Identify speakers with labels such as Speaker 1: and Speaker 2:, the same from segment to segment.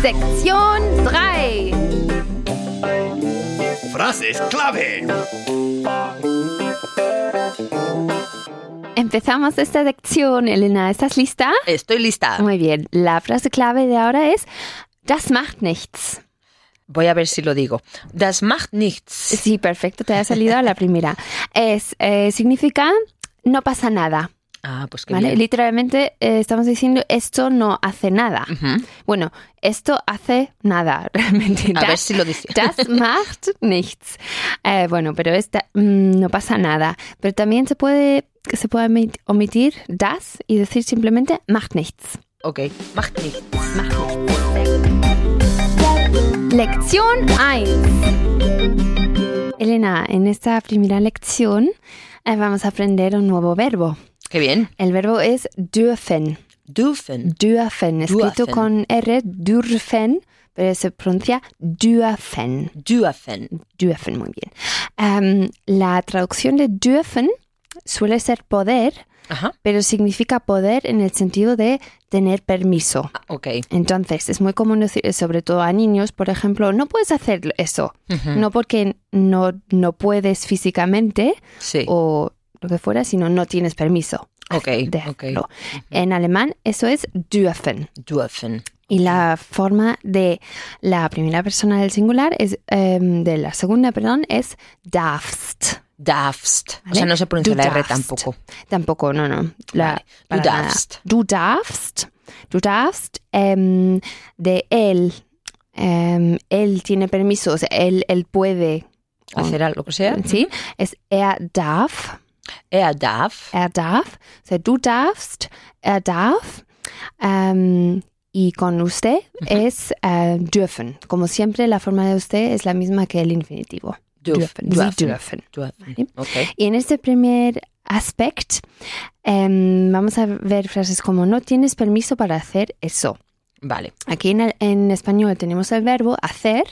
Speaker 1: Sektion 3.
Speaker 2: Frases clave.
Speaker 1: Empezamos esta sección, Elena. ¿Estás lista?
Speaker 3: Estoy lista.
Speaker 1: Muy bien. La frase clave de ahora es, das macht nichts.
Speaker 3: Voy a ver si lo digo. Das macht nichts.
Speaker 1: Sí, perfecto, te ha salido la primera. Es, eh, significa, no pasa nada.
Speaker 3: Ah, pues qué
Speaker 1: ¿vale?
Speaker 3: bien.
Speaker 1: Literalmente eh, estamos diciendo, esto no hace nada.
Speaker 3: Ujú.
Speaker 1: Bueno, esto hace nada, realmente.
Speaker 3: A
Speaker 1: Das-
Speaker 3: ver si lo dice.
Speaker 1: Das macht nichts. Eh, bueno, pero esta, mm, no pasa nada. Pero también se puede, se puede omit- omitir das y decir simplemente macht nichts.
Speaker 3: Ok, macht nichts.
Speaker 1: Lección 1. Elena, en esta primera lección eh, vamos a aprender un nuevo verbo.
Speaker 3: Qué bien.
Speaker 1: El verbo es dürfen.
Speaker 3: Dürfen.
Speaker 1: Dürfen, escrito con
Speaker 3: Dürfen.
Speaker 1: R, dürfen, pero se pronuncia dürfen.
Speaker 3: Dürfen.
Speaker 1: dürfen, muy bien. Am, la traducción de dürfen suele ser poder,
Speaker 3: Ajá.
Speaker 1: pero significa poder en el sentido de tener permiso.
Speaker 3: Ah, Ok.
Speaker 1: Entonces, es muy común decir, sobre todo a niños, por ejemplo, no puedes hacer eso.
Speaker 3: Ujú.
Speaker 1: No porque no, no puedes físicamente
Speaker 3: Sí.
Speaker 1: o lo que fuera, sino no tienes permiso
Speaker 3: Ok.
Speaker 1: de
Speaker 3: Ok.
Speaker 1: hacerlo. En alemán, eso es dürfen.
Speaker 3: Dürfen.
Speaker 1: Y la forma de la primera persona del singular es, em, de la segunda, perdón, es darfst.
Speaker 3: Darfst. O
Speaker 1: ¿Vale?
Speaker 3: sea, no se pronuncia
Speaker 1: Du
Speaker 3: la R
Speaker 1: darfst.
Speaker 3: tampoco.
Speaker 1: Tampoco, no, no. La,
Speaker 3: Vale. Du
Speaker 1: para nada.
Speaker 3: darfst.
Speaker 1: Du darfst. Du darfst em, de él. Em, él tiene permiso, o sea, él, él puede. o-
Speaker 3: Hacer algo que sea.
Speaker 1: Sí, es er darf.
Speaker 3: Er darf.
Speaker 1: Er darf. O sea, du darfst, er darf. Em, y con usted es eh, dürfen. Como siempre, la forma de usted es la misma que el infinitivo.
Speaker 3: Dürfen.
Speaker 1: Sie
Speaker 3: Dürfen.
Speaker 1: dürfen.
Speaker 3: Dürfen. Ok.
Speaker 1: Y en este primer aspecto em, vamos a ver frases como no tienes permiso para hacer eso.
Speaker 3: Vale.
Speaker 1: Aquí en, el- en español tenemos el verbo hacer.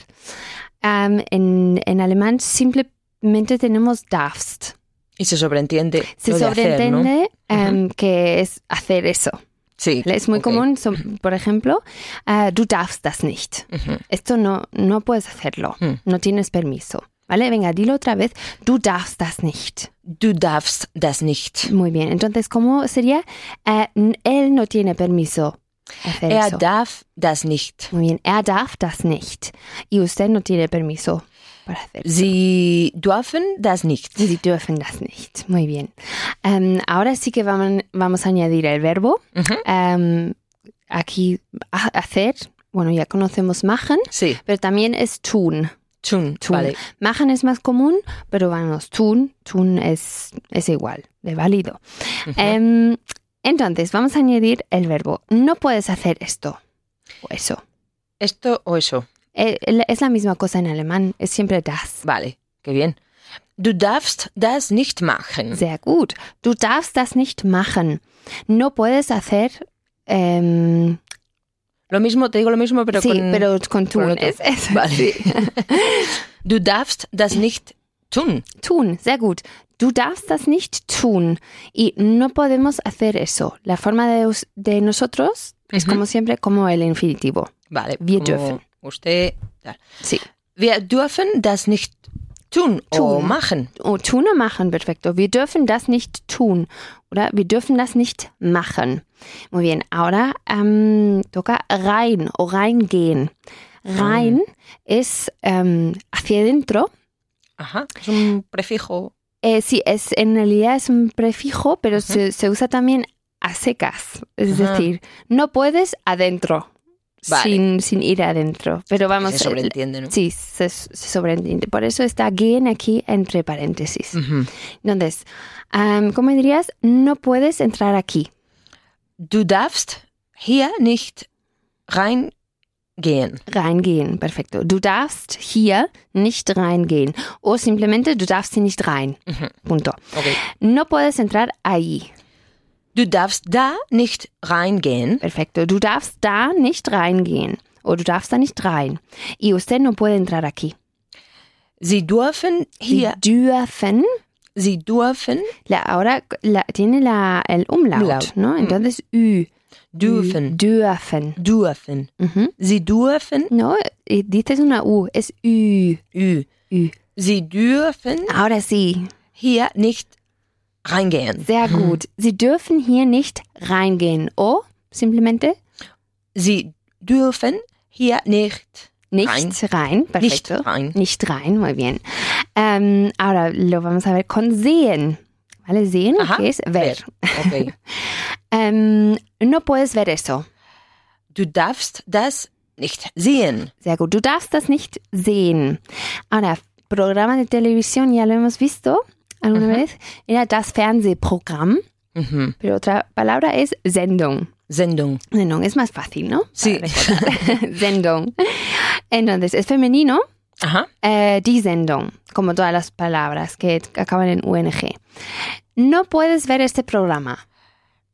Speaker 1: Am, en, en alemán simplemente tenemos darfst.
Speaker 3: Y se sobreentiende.
Speaker 1: Se
Speaker 3: lo de hacer, ¿no?
Speaker 1: sobreentiende em, que es hacer eso.
Speaker 3: Sí.
Speaker 1: ¿vale? Es muy
Speaker 3: ok.
Speaker 1: común, so- por ejemplo, ah, du darfst das nicht.
Speaker 3: Ujú.
Speaker 1: Esto no, no puedes hacerlo.
Speaker 3: Hmm.
Speaker 1: No tienes permiso. ¿Vale? Venga, dilo otra vez. Du darfst das nicht.
Speaker 3: Du darfst das nicht.
Speaker 1: Muy bien, entonces, ¿cómo sería? Eh, n- él no tiene permiso. hacer
Speaker 3: Er
Speaker 1: eso.
Speaker 3: darf das nicht.
Speaker 1: Muy bien, er darf das nicht. Y usted no tiene permiso para hacer.
Speaker 3: Sie dürfen das nicht.
Speaker 1: Sie dürfen das nicht. Muy bien. Em, ahora sí que vamos, vamos a añadir el verbo.
Speaker 3: Ujú.
Speaker 1: Em, aquí, ha- hacer. Bueno, ya conocemos machen,
Speaker 3: Sí.
Speaker 1: pero también es tun.
Speaker 3: Tun.
Speaker 1: Tun.
Speaker 3: Vale.
Speaker 1: Machen es más común, pero vamos, tun, tun es, es igual, de válido. Em, entonces, vamos a añadir el verbo. No puedes hacer esto o eso.
Speaker 3: Esto o eso.
Speaker 1: Eh, el- Es la misma cosa en alemán, es siempre das.
Speaker 3: Vale. Qué bien. Du darfst das nicht machen.
Speaker 1: Sehr gut. Du darfst das nicht machen. No puedes hacer. em,
Speaker 3: Lo mismo, te digo lo mismo, pero
Speaker 1: sí,
Speaker 3: con...
Speaker 1: pero con
Speaker 3: con
Speaker 1: tun.
Speaker 3: otro.
Speaker 1: es, es,
Speaker 3: Vale.
Speaker 1: sí.
Speaker 3: Du darfst das nicht tun.
Speaker 1: Tun, sehr gut. Du darfst das nicht tun. Y no podemos hacer eso. La forma de, us- de nosotros es como siempre, como el infinitivo.
Speaker 3: Vale.
Speaker 1: Wir
Speaker 3: como
Speaker 1: dürfen.
Speaker 3: Usted. Tal.
Speaker 1: Sí.
Speaker 3: Wir dürfen das nicht tun, o
Speaker 1: Tun.
Speaker 3: machen.
Speaker 1: Oh, tun und machen, perfecto. Wir dürfen das nicht tun. Oder wir dürfen das nicht machen. Muy bien. Ahora ähm, toca rein o reingehen. Rein es ähm, hacia adentro.
Speaker 3: Ajá. Es un prefijo.
Speaker 1: Eh, sí, es, en realidad es un prefijo, pero se, se usa también a secas. Es
Speaker 3: Ajá.
Speaker 1: decir, no puedes adentro,
Speaker 3: Vale.
Speaker 1: sin, sin ir adentro. Pero vamos,
Speaker 3: se
Speaker 1: eh,
Speaker 3: sobreentiende, ¿no?
Speaker 1: sí, se, se sobreentiende. Por eso está gehen aquí entre paréntesis.
Speaker 3: Ujú.
Speaker 1: Entonces, am, ¿cómo dirías? No puedes entrar aquí.
Speaker 3: Du darfst hier nicht reingehen.
Speaker 1: Reingehen, perfecto. Du darfst hier nicht reingehen. O simplemente, du darfst hier nicht rein.
Speaker 3: Mhm.
Speaker 1: Punto.
Speaker 3: Okay.
Speaker 1: No puedes entrar allí.
Speaker 3: Du darfst da nicht reingehen.
Speaker 1: Perfecto. Du darfst da nicht reingehen. O du darfst da nicht rein. Y usted no puede entrar aquí.
Speaker 3: Sie dürfen
Speaker 1: Sie
Speaker 3: hier.
Speaker 1: dürfen.
Speaker 3: Sie dürfen
Speaker 1: La, ahora la, tiene la, el umlaut,
Speaker 3: Umlaut. Mm.
Speaker 1: ¿no? Entonces, ü.
Speaker 3: Dürfen.
Speaker 1: Dürfen.
Speaker 3: Dürfen.
Speaker 1: Mhm.
Speaker 3: Sie dürfen.
Speaker 1: No, eh, dices una U, es Ü.
Speaker 3: Ü.
Speaker 1: Ü.
Speaker 3: Sie dürfen
Speaker 1: Ahora sí.
Speaker 3: hier nicht reingehen.
Speaker 1: Sehr gut. Sie dürfen hier nicht reingehen. O, simplemente,
Speaker 3: Sie dürfen hier nicht,
Speaker 1: nicht
Speaker 3: Rein.
Speaker 1: rein.
Speaker 3: nicht
Speaker 1: Perfecto.
Speaker 3: rein.
Speaker 1: Nicht rein, muy bien. Ähm, ahora lo vamos a ver con sehen. ¿Vale? Sehen,
Speaker 3: Ajá,
Speaker 1: que es ver.
Speaker 3: Okay.
Speaker 1: Ähm, no puedes ver eso.
Speaker 3: Du darfst das nicht sehen.
Speaker 1: Sehr gut. Du darfst das nicht sehen. Ahora, programa de televisión ya lo hemos visto alguna
Speaker 3: Ajá.
Speaker 1: vez. Era das Fernsehprogramm.
Speaker 3: Mhm.
Speaker 1: Pero otra palabra es Sendung.
Speaker 3: Sendung.
Speaker 1: Sendung es más fácil, ¿no?
Speaker 3: Sí.
Speaker 1: Sendung. Entonces, es femenino,
Speaker 3: Aha.
Speaker 1: eh, die Sendung, como todas las palabras que acaban en UNG. No puedes ver este programa.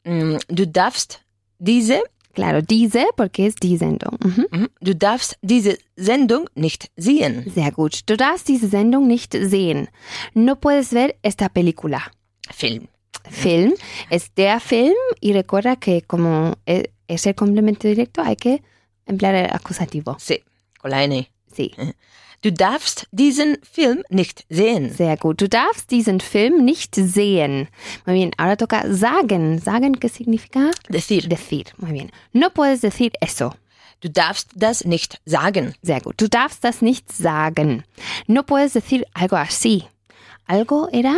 Speaker 3: Mm, Du darfst diese,
Speaker 1: Claro, diese, porque es die Sendung. Ujú.
Speaker 3: mhm. du darfst diese Sendung nicht sehen.
Speaker 1: Sehr gut. Du darfst diese Sendung nicht sehen. No puedes ver esta película.
Speaker 3: Film.
Speaker 1: Film es der Film y recuerda que como e- es el complemento directo hay que emplear el acusativo.
Speaker 3: Sí. Alleine.
Speaker 1: Sí.
Speaker 3: Du darfst diesen Film nicht sehen.
Speaker 1: Sehr gut. Du darfst diesen Film nicht sehen. Muy bien. Ahora toca sagen. Sagen, ¿qué significa?
Speaker 3: Decir.
Speaker 1: Decir. Muy bien. No puedes decir eso.
Speaker 3: Du darfst das nicht sagen.
Speaker 1: Sehr gut. Du darfst das nicht sagen. No puedes decir algo así. Algo era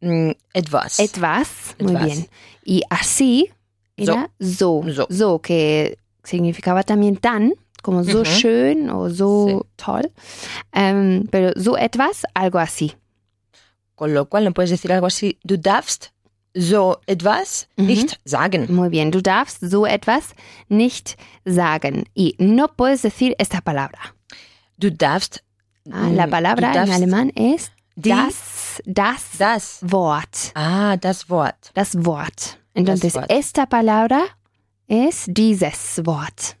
Speaker 3: Mm, Etwas.
Speaker 1: etwas. Muy
Speaker 3: Etwas.
Speaker 1: bien. Y así era so.
Speaker 3: So.
Speaker 1: que significaba también tan, como so
Speaker 3: Mhm.
Speaker 1: schön o so
Speaker 3: Sí.
Speaker 1: toll. Ähm, pero so etwas, algo así.
Speaker 3: Con lo cual no puedes decir algo así. Du darfst so etwas
Speaker 1: Mhm.
Speaker 3: nicht sagen.
Speaker 1: Muy bien, du darfst so etwas nicht sagen. Y no puedes decir esta palabra.
Speaker 3: Du darfst.
Speaker 1: Ah, La
Speaker 3: mm,
Speaker 1: palabra
Speaker 3: du
Speaker 1: en
Speaker 3: darfst
Speaker 1: alemán es
Speaker 3: die-
Speaker 1: das, das,
Speaker 3: Das.
Speaker 1: Wort.
Speaker 3: Ah, das Wort.
Speaker 1: Das Wort. Entonces,
Speaker 3: Wort.
Speaker 1: esta palabra es dieses Wort.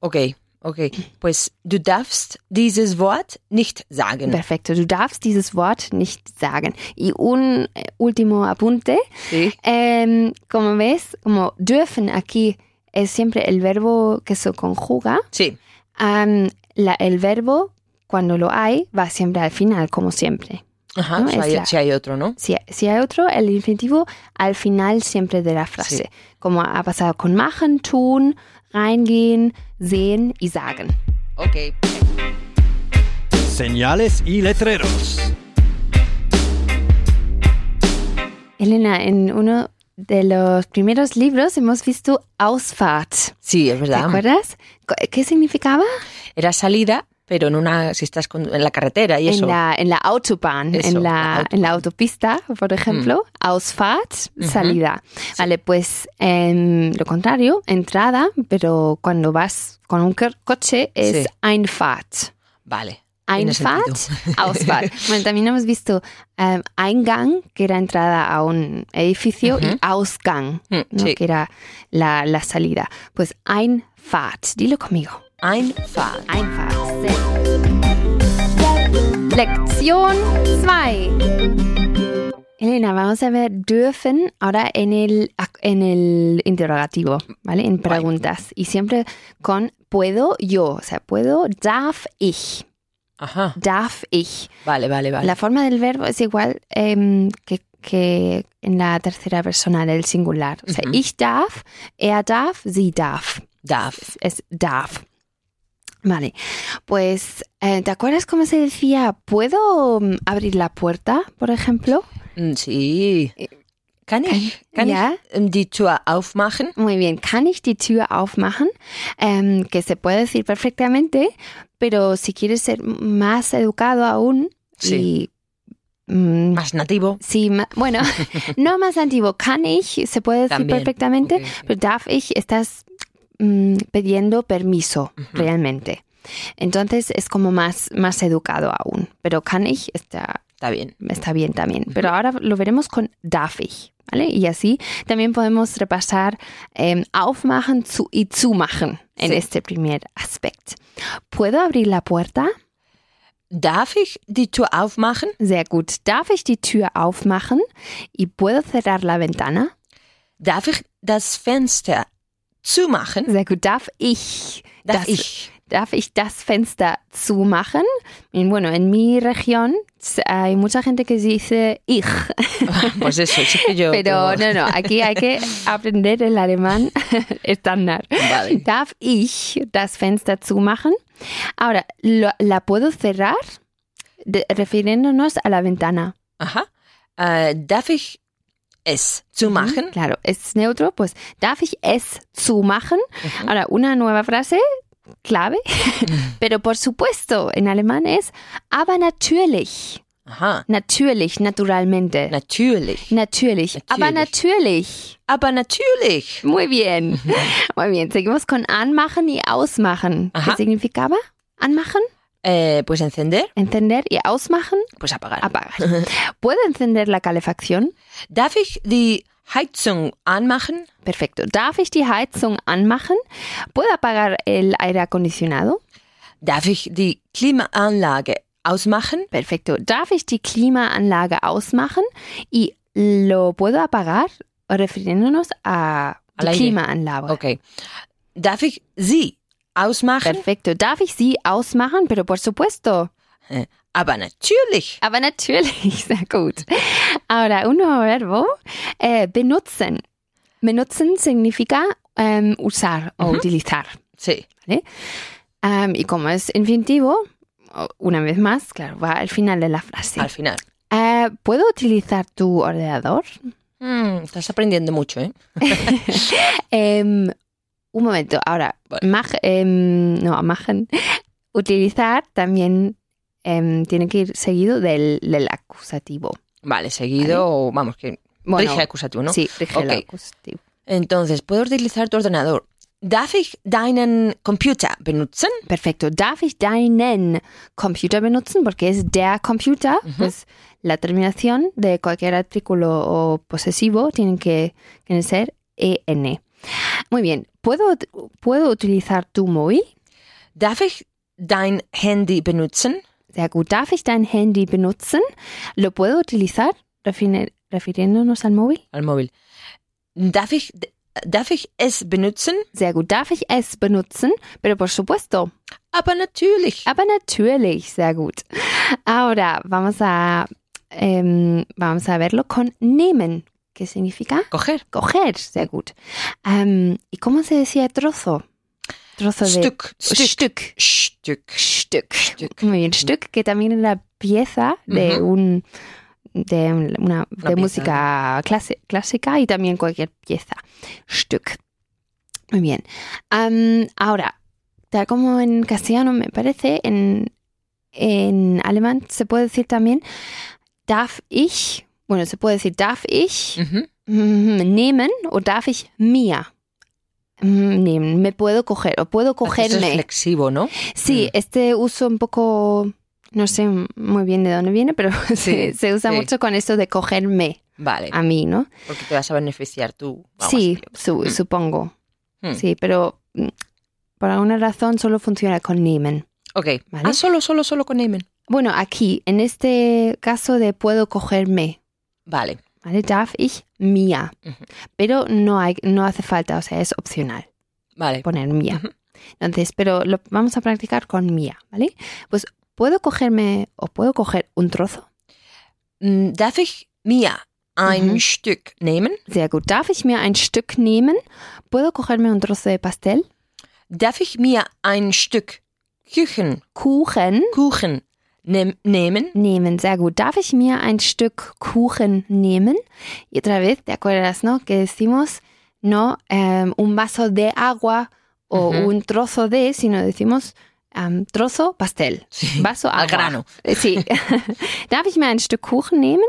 Speaker 3: Okay, okay. Pues du darfst dieses Wort nicht sagen.
Speaker 1: Perfecto, du darfst dieses Wort nicht sagen. Y un eh, último apunte.
Speaker 3: Sí.
Speaker 1: Em, como ves, como dürfen aquí es siempre el verbo que se conjuga.
Speaker 3: Sí.
Speaker 1: Am, la- el verbo, cuando lo hay, va siempre al final, como siempre.
Speaker 3: Ajá,
Speaker 1: No,
Speaker 3: si,
Speaker 1: es
Speaker 3: hay,
Speaker 1: la-
Speaker 3: si hay otro, ¿no?
Speaker 1: Si, si hay otro, el infinitivo al final siempre de la frase. Como ha pasado con machen, tun, reingehen, sehen y sagen.
Speaker 3: Okay.
Speaker 2: Señales y letreros.
Speaker 1: Elena, en uno de los primeros libros hemos visto Ausfahrt.
Speaker 3: Sí, es
Speaker 1: ¿Te
Speaker 3: verdad.
Speaker 1: acuerdas? Co- ¿Qué significaba?
Speaker 3: Era salida, pero en una, si estás con- en la carretera y
Speaker 1: En
Speaker 3: eso.
Speaker 1: la, en la Autobahn,
Speaker 3: Eso,
Speaker 1: en,
Speaker 3: la
Speaker 1: la,
Speaker 3: Autobahn. Mm.
Speaker 1: en la autopista, por ejemplo, Ausfahrt, salida. Vale, pues em, lo contrario, entrada, pero cuando vas con un co- coche es
Speaker 3: Sí.
Speaker 1: Einfahrt.
Speaker 3: Vale. Tiene
Speaker 1: Einfahrt, Ausfahrt. Bueno, también hemos visto em, Eingang, que era entrada a un edificio, y Ausgang,
Speaker 3: Mm,
Speaker 1: ¿no?
Speaker 3: sí.
Speaker 1: que era la, la salida. Pues Einfahrt, dilo conmigo.
Speaker 3: Einfahrt.
Speaker 1: Einfach. sind. Lektion 2. Elena, vamos a ver dürfen ahora en el, ac- en el interrogativo, ¿vale? En preguntas. Y siempre con puedo yo, o sea, puedo, darf ich,
Speaker 3: Ajá.
Speaker 1: darf ich.
Speaker 3: Vale, vale, vale.
Speaker 1: La forma del verbo es igual em, que, que en la tercera persona del singular. O sea,
Speaker 3: Ujú.
Speaker 1: ich darf, er darf, sie darf
Speaker 3: Darf.
Speaker 1: es darf. Vale, pues, eh, ¿te acuerdas cómo se decía? ¿Puedo mm, abrir la puerta, por ejemplo?
Speaker 3: Mm, Sí. Kann ich, kann
Speaker 1: Äh, Ja.
Speaker 3: ich ähm, die Tür aufmachen?
Speaker 1: Muy bien, ¿kann ich die Tür aufmachen? Em, que se puede decir perfectamente, pero si quieres ser más educado aún Äh,
Speaker 3: Sí.
Speaker 1: y... mm,
Speaker 3: Más nativo.
Speaker 1: sí, ma- bueno, no más antiguo, ¿kann ich? Se puede decir
Speaker 3: También.
Speaker 1: perfectamente,
Speaker 3: Okay, okay.
Speaker 1: pero darf ich estás mm, pidiendo permiso
Speaker 3: Ujú.
Speaker 1: realmente. Entonces es como más, más educado aún. Pero kann ich está,
Speaker 3: Está bien.
Speaker 1: está bien también. Pero ahora lo veremos con darf ich. ¿Vale? Y así también podemos repasar em, aufmachen zu, y zumachen en
Speaker 3: Sí.
Speaker 1: este primer aspecto. ¿Puedo abrir la puerta?
Speaker 3: Darf ich die Tür aufmachen?
Speaker 1: Sehr gut. ¿Darf ich die Tür aufmachen? ¿Y puedo cerrar la ventana?
Speaker 3: Darf ich das Fenster zumachen?
Speaker 1: Sehr gut. Darf ich Hm,
Speaker 3: Darf
Speaker 1: das,
Speaker 3: ich?
Speaker 1: darf ich das Fenster zumachen? En, Bueno, en mi región s- hay mucha gente que se dice ich,
Speaker 3: Ah, Pues eso, sí que yo.
Speaker 1: pero no, no, aquí hay que aprender el alemán estándar.
Speaker 3: Vale.
Speaker 1: Darf ich das Fenster zumachen? Ahora, lo- ¿la puedo cerrar? De- refiriéndonos a la ventana.
Speaker 3: Ajá. Äh, darf ich es zumachen?
Speaker 1: Claro, es neutro, pues darf ich es zumachen?
Speaker 3: Ujú.
Speaker 1: Ahora, una nueva frase clave, pero por supuesto, en alemán es aber natürlich.
Speaker 3: Ajá.
Speaker 1: Natürlich, naturalmente.
Speaker 3: Natürlich.
Speaker 1: Natürlich, aber natürlich.
Speaker 3: Aber natürlich.
Speaker 1: Muy bien. Muy bien. Seguimos con anmachen y ausmachen.
Speaker 3: Ajá.
Speaker 1: ¿Qué significaba? Anmachen,
Speaker 3: Äh, pues encender,
Speaker 1: encender y ausmachen,
Speaker 3: pues apagar.
Speaker 1: apagar. ¿Puedo encender la calefacción?
Speaker 3: Darf ich die Heizung anmachen?
Speaker 1: Perfecto. ¿Darf ich die Heizung anmachen? ¿Puedo apagar el aire acondicionado?
Speaker 3: Darf ich die Klimaanlage ausmachen?
Speaker 1: Perfecto. ¿Darf ich die Klimaanlage ausmachen? ¿Y lo puedo apagar? Refiriéndonos a die
Speaker 3: Al aire.
Speaker 1: Klimaanlage.
Speaker 3: Okay. Darf ich sie ausmachen?
Speaker 1: Perfecto. ¿Darf ich sie ausmachen? Pero por supuesto.
Speaker 3: Äh, Aber natürlich.
Speaker 1: Aber natürlich, sehr gut. Ahora, un nuevo verbo. Eh, benutzen. Benutzen significa em, usar o utilizar.
Speaker 3: Sí.
Speaker 1: Em, y como es infinitivo, o- una vez más, claro, va al final de la frase.
Speaker 3: Al final.
Speaker 1: Eh, ¿Puedo utilizar tu ordenador?
Speaker 3: Hm, estás aprendiendo mucho, ¿eh?
Speaker 1: Em, un momento, ahora,
Speaker 3: Vale.
Speaker 1: maj- em, no, machen. Utilizar también em, tiene que ir seguido del, del acusativo.
Speaker 3: Vale, seguido, o vamos, que
Speaker 1: Bueno,
Speaker 3: rige acusativo, ¿no?
Speaker 1: sí, rige el
Speaker 3: Ok.
Speaker 1: acusativo.
Speaker 3: Entonces, puedo utilizar tu ordenador. Darf ich deinen Computer benutzen?
Speaker 1: Perfecto. Darf ich deinen Computer benutzen? Porque es der Computer. Pues la terminación de cualquier artículo o posesivo tiene que, tiene que ser en. Muy bien. ¿Puedo, ¿Puedo utilizar tu móvil?
Speaker 3: Darf ich dein Handy benutzen?
Speaker 1: Sehr gut. Darf ich dein Handy benutzen? ¿Lo puedo utilizar? Refine- refiriéndonos al móvil.
Speaker 3: Al móvil. Darf ich, darf ich es benutzen?
Speaker 1: Sehr gut. Darf ich es benutzen? Pero por supuesto.
Speaker 3: Aber natürlich.
Speaker 1: Aber natürlich, sehr gut. Ahora vamos a, em, vamos a verlo con nehmen. ¿Qué significa?
Speaker 3: Coger.
Speaker 1: Coger, sehr gut. Em, ¿Y cómo se decía trozo? Trozo de...
Speaker 3: Stück. Stück.
Speaker 1: Stück.
Speaker 3: Stück.
Speaker 1: Stück.
Speaker 3: Stück.
Speaker 1: Muy bien, Stück, que también era pieza de
Speaker 3: Ujú.
Speaker 1: un de una, de
Speaker 3: pieza.
Speaker 1: música clase- clásica y también cualquier pieza. Stück. Muy bien. Am, ahora, tal como en castellano me parece, en, en alemán se puede decir también darf ich, bueno, se puede decir darf ich
Speaker 3: Mhm.
Speaker 1: mm, nehmen o darf ich mir mm, nehmen. Me puedo coger o puedo
Speaker 3: Esto es
Speaker 1: cogerme.
Speaker 3: flexivo, ¿no?
Speaker 1: Sí,
Speaker 3: Mm.
Speaker 1: este uso un poco, no sé muy bien de dónde viene, pero se, se usa
Speaker 3: sí.
Speaker 1: mucho con esto de cogerme
Speaker 3: Vale.
Speaker 1: a mí, ¿no?
Speaker 3: Porque te vas a beneficiar tú. Vamos,
Speaker 1: Ah. sí,
Speaker 3: yo.
Speaker 1: su-
Speaker 3: Mm.
Speaker 1: supongo.
Speaker 3: Mm.
Speaker 1: Sí, pero mm, por alguna razón solo funciona con nehmen.
Speaker 3: Ok.
Speaker 1: Vale.
Speaker 3: Ah, solo, solo, solo con Amen.
Speaker 1: Bueno, aquí, en este caso de puedo cogerme,
Speaker 3: Vale.
Speaker 1: ¿vale? Darf ich mía.
Speaker 3: Ujú.
Speaker 1: Pero no, hay, no hace falta, o sea, es opcional.
Speaker 3: Vale.
Speaker 1: poner mía. Entonces, pero lo vamos a practicar con mía, ¿vale? Pues puedo cogerme o puedo coger un trozo.
Speaker 3: Mm, Darf ich mir ein
Speaker 1: Mhm.
Speaker 3: Stück nehmen?
Speaker 1: Sehr gut. Darf ich mir ein Stück nehmen? Puedo cogerme un trozo de pastel.
Speaker 3: Darf ich mir ein Stück Küchen,
Speaker 1: Kuchen
Speaker 3: Kuchen nehm, nehmen?
Speaker 1: nehmen. Sehr gut. Darf ich mir ein Stück Kuchen nehmen? Y otra vez, ¿te acuerdas, no? Que decimos no em, un vaso de agua o
Speaker 3: Ujú.
Speaker 1: un trozo de, sino decimos em, trozo pastel.
Speaker 3: Sí.
Speaker 1: Vaso agua.
Speaker 3: Al grano.
Speaker 1: Eh, Sí. Darf ich mir ein Stück Kuchen nehmen?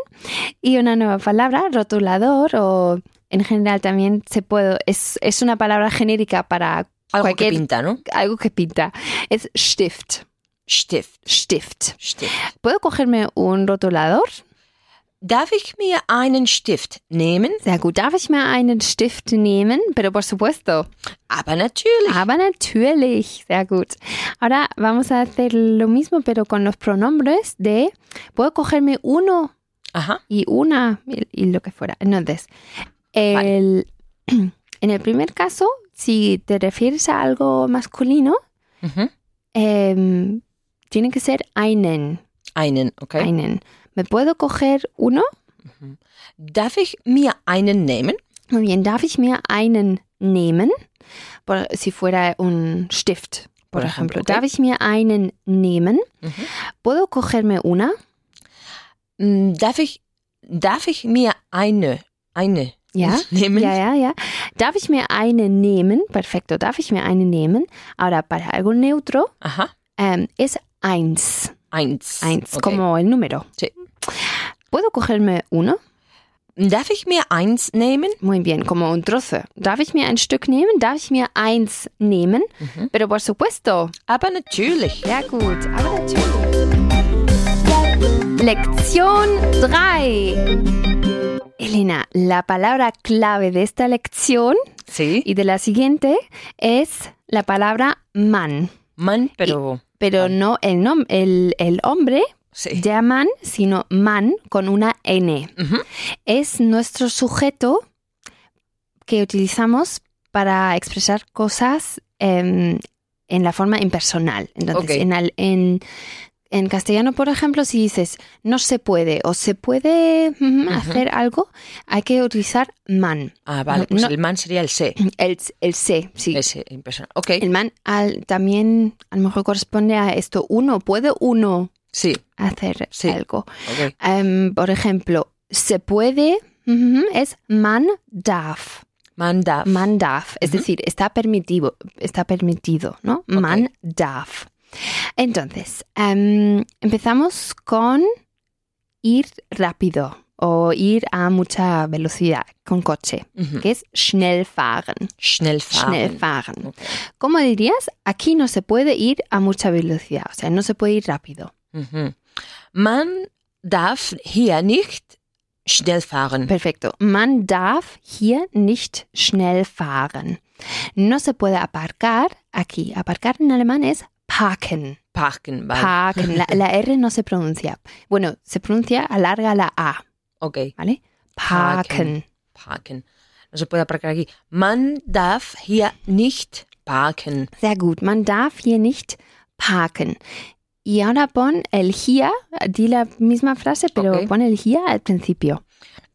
Speaker 1: Y una nueva palabra, rotulador o en general también se puede, es, es una palabra genérica para
Speaker 3: Algo
Speaker 1: Cualquier-
Speaker 3: que pinta, ¿no?
Speaker 1: algo que pinta. Es Stift.
Speaker 3: Stift.
Speaker 1: Stift.
Speaker 3: Stift.
Speaker 1: ¿Puedo cogerme un rotulador?
Speaker 3: Darf ich mir einen Stift nehmen?
Speaker 1: Sehr gut. Darf ich mir einen Stift nehmen? Pero por supuesto.
Speaker 3: Aber natürlich.
Speaker 1: Aber natürlich. Sehr gut. Ahora vamos a hacer lo mismo, pero con los pronombres de ¿puedo cogerme uno
Speaker 3: Ajá.
Speaker 1: y una y, y lo que fuera. Entonces, el En el primer caso, si te refieres a algo masculino,
Speaker 3: Mhm.
Speaker 1: em, tiene que ser einen.
Speaker 3: Einen, okay.
Speaker 1: Einen. ¿Me puedo coger uno?
Speaker 3: Darf ich mir einen nehmen?
Speaker 1: Muy bien, ¿darf ich mir einen nehmen? Por, si fuera un stift, por,
Speaker 3: Por
Speaker 1: ejemplo.
Speaker 3: ejemplo,
Speaker 1: ¿Darf ich mir einen nehmen?
Speaker 3: Mhm.
Speaker 1: ¿Puedo cogerme una?
Speaker 3: Mm, Darf ich, darf ich mir eine, eine
Speaker 1: Ja.
Speaker 3: nehmen?
Speaker 1: Ja, ja, ja. Darf ich mir eine nehmen? Perfecto, darf ich mir eine nehmen? Ahora, para algo neutro,
Speaker 3: Aha,
Speaker 1: em, es eins.
Speaker 3: eins.
Speaker 1: Eins,
Speaker 3: Okay.
Speaker 1: como el número.
Speaker 3: Sí.
Speaker 1: ¿Puedo cogerme uno?
Speaker 3: Hm, Darf ich mir eins nehmen?
Speaker 1: Muy bien, como un trozo. ¿Darf ich mir ein Stück nehmen? ¿Darf ich mir eins nehmen?
Speaker 3: Mhm.
Speaker 1: Pero por supuesto.
Speaker 3: Aber natürlich.
Speaker 1: Ja, gut. Aber natürlich. Lección 3. Elena, la palabra clave de esta lección
Speaker 3: Sí,
Speaker 1: y de la siguiente es la palabra man.
Speaker 3: Mann, pero.
Speaker 1: Pero
Speaker 3: Man. Eh.
Speaker 1: no el, nom- el, el hombre
Speaker 3: Sí.
Speaker 1: llaman, sino man con una N.
Speaker 3: Ujú.
Speaker 1: Es nuestro sujeto que utilizamos para expresar cosas em, en la forma impersonal. Entonces,
Speaker 3: Ok.
Speaker 1: en, al- en- en castellano, por ejemplo, si dices no se puede o se puede mm,
Speaker 3: Ujú.
Speaker 1: hacer algo, hay que utilizar man.
Speaker 3: Ah, vale, pues
Speaker 1: No.
Speaker 3: el man sería el se.
Speaker 1: El, el se, sí.
Speaker 3: Ese, en persona. Ok,
Speaker 1: El man al- también a lo mejor corresponde a esto uno, puede uno
Speaker 3: sí,
Speaker 1: hacer
Speaker 3: Sí.
Speaker 1: algo.
Speaker 3: ok.
Speaker 1: Em, por ejemplo, se puede ujú, es man darf.
Speaker 3: Man darf.
Speaker 1: Man darf. Es
Speaker 3: Ujú.
Speaker 1: decir, está permitido, está permitido, ¿no? Man darf. Entonces, em, empezamos con ir rápido o ir a mucha velocidad con coche,
Speaker 3: Mhm.
Speaker 1: que es schnell fahren.
Speaker 3: Schnell fahren.
Speaker 1: Schnell fahren.
Speaker 3: Okay.
Speaker 1: ¿Cómo dirías? Aquí no se puede ir a mucha velocidad, o sea, no se puede ir rápido.
Speaker 3: Mhm. Man darf hier nicht schnell fahren.
Speaker 1: Perfecto. Man darf hier nicht schnell fahren. No se puede aparcar aquí. Aparcar en alemán es parken.
Speaker 3: Parken, weil.
Speaker 1: Parken. La, la R no se pronuncia. Bueno, se pronuncia, alarga la A,
Speaker 3: okay,
Speaker 1: ¿vale? Parken.
Speaker 3: parken. Also puede aparcar aquí. Man darf hier nicht parken.
Speaker 1: Sehr gut. Man darf hier nicht parken. Y ahora pon el hier, di la misma frase, pero
Speaker 3: Ok.
Speaker 1: pon el hier al principio.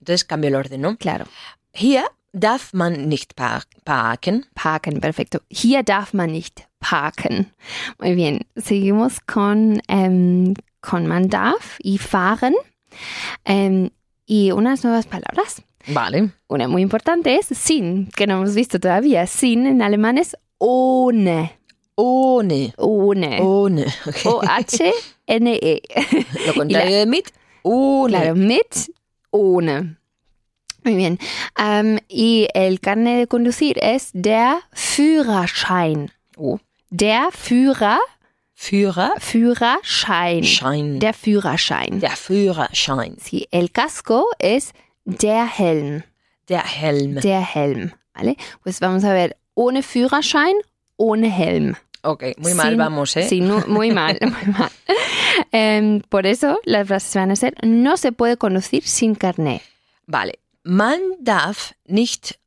Speaker 3: Entonces cambio el orden, ¿no?
Speaker 1: Claro.
Speaker 3: Hier darf man nicht par parken.
Speaker 1: Parken, perfecto. Hier darf man nicht parken. Muy bien, seguimos con, em, con man darf y fahren. Em, y unas nuevas palabras.
Speaker 3: Vale.
Speaker 1: Una muy importante es sin, que no hemos visto todavía. Sin en alemán es ohne.
Speaker 3: Ohne. Eh.
Speaker 1: Ohne.
Speaker 3: Ohne. Okay.
Speaker 1: O-H-N-E.
Speaker 3: Lo Oh, contrario de mit. Ohne.
Speaker 1: E. Claro, mit, ohne. Muy bien. Em, y el carnet de conducir es der Führerschein.
Speaker 3: Oh.
Speaker 1: Der Führer,
Speaker 3: Führerschein.
Speaker 1: Führerschein. Der Führerschein.
Speaker 3: Der Führerschein.
Speaker 1: Sí, el casco es der Helm.
Speaker 3: Der Helm.
Speaker 1: Der Helm. ¿Vale? Pues vamos a ver, ohne Führerschein, ohne Helm.
Speaker 3: Okay, muy mal
Speaker 1: Sin-
Speaker 3: vamos, ¿eh?
Speaker 1: Sí, nu- muy mal, muy mal. Em, por eso las frases van a ser, no se puede conducir sin carnet.
Speaker 3: Vale. Man darf nicht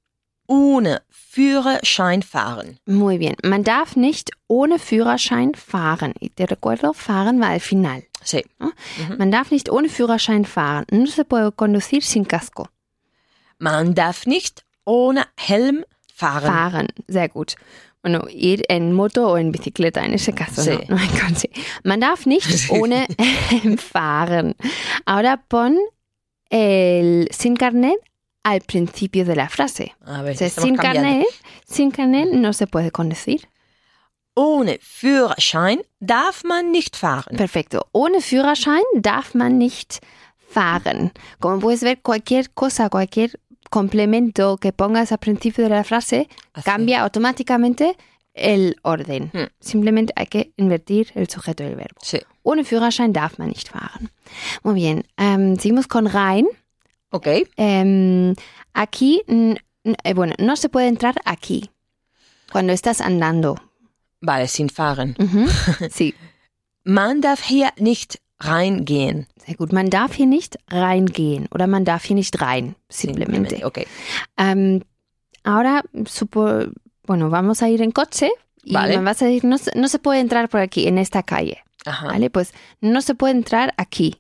Speaker 3: ohne Führerschein fahren.
Speaker 1: Muy bien. Man darf nicht ohne Führerschein fahren. Y te recuerdo, fahren va al final.
Speaker 3: Sí.
Speaker 1: Man darf nicht ohne Führerschein fahren. No se puede conducir sin casco.
Speaker 3: Man darf nicht ohne Helm fahren.
Speaker 1: Fahren, sehr gut. Bueno, ir en moto o en bicicleta, en ese caso.
Speaker 3: Sí.
Speaker 1: No, no hay coche. Man darf nicht
Speaker 3: Sí.
Speaker 1: ohne Helm fahren. Ahora pon el sin carnet al principio de la frase.
Speaker 3: A ver,
Speaker 1: O sea,
Speaker 3: estamos
Speaker 1: sin
Speaker 3: cambiando.
Speaker 1: carnet, sin carnet no se puede conducir.
Speaker 3: Ohne Führerschein darf man nicht fahren.
Speaker 1: Perfecto. Ohne Führerschein darf man nicht fahren. Como puedes ver, cualquier cosa, cualquier complemento que pongas al principio de la frase
Speaker 3: Así.
Speaker 1: cambia automáticamente el orden.
Speaker 3: Hm.
Speaker 1: Simplemente hay que invertir el sujeto y el verbo.
Speaker 3: Sí.
Speaker 1: Ohne Führerschein darf man nicht fahren. Muy bien. Ähm, seguimos con rein.
Speaker 3: Okay.
Speaker 1: Ähm, aquí, n- n- eh, bueno, no se puede entrar aquí. Cuando estás andando.
Speaker 3: Vale, sin fahren.
Speaker 1: Ujú. Sí.
Speaker 3: Man darf hier nicht reingehen.
Speaker 1: Sehr gut. Man darf hier nicht reingehen oder man darf hier nicht rein,
Speaker 3: Simplemente.
Speaker 1: simplemente.
Speaker 3: Okay.
Speaker 1: Ähm, Ahora, supo- bueno, vamos a ir en coche y
Speaker 3: Vale.
Speaker 1: me vas a decir, no, se- no se puede entrar por aquí, en esta calle.
Speaker 3: Ajá.
Speaker 1: ¿Vale? Pues no se puede entrar aquí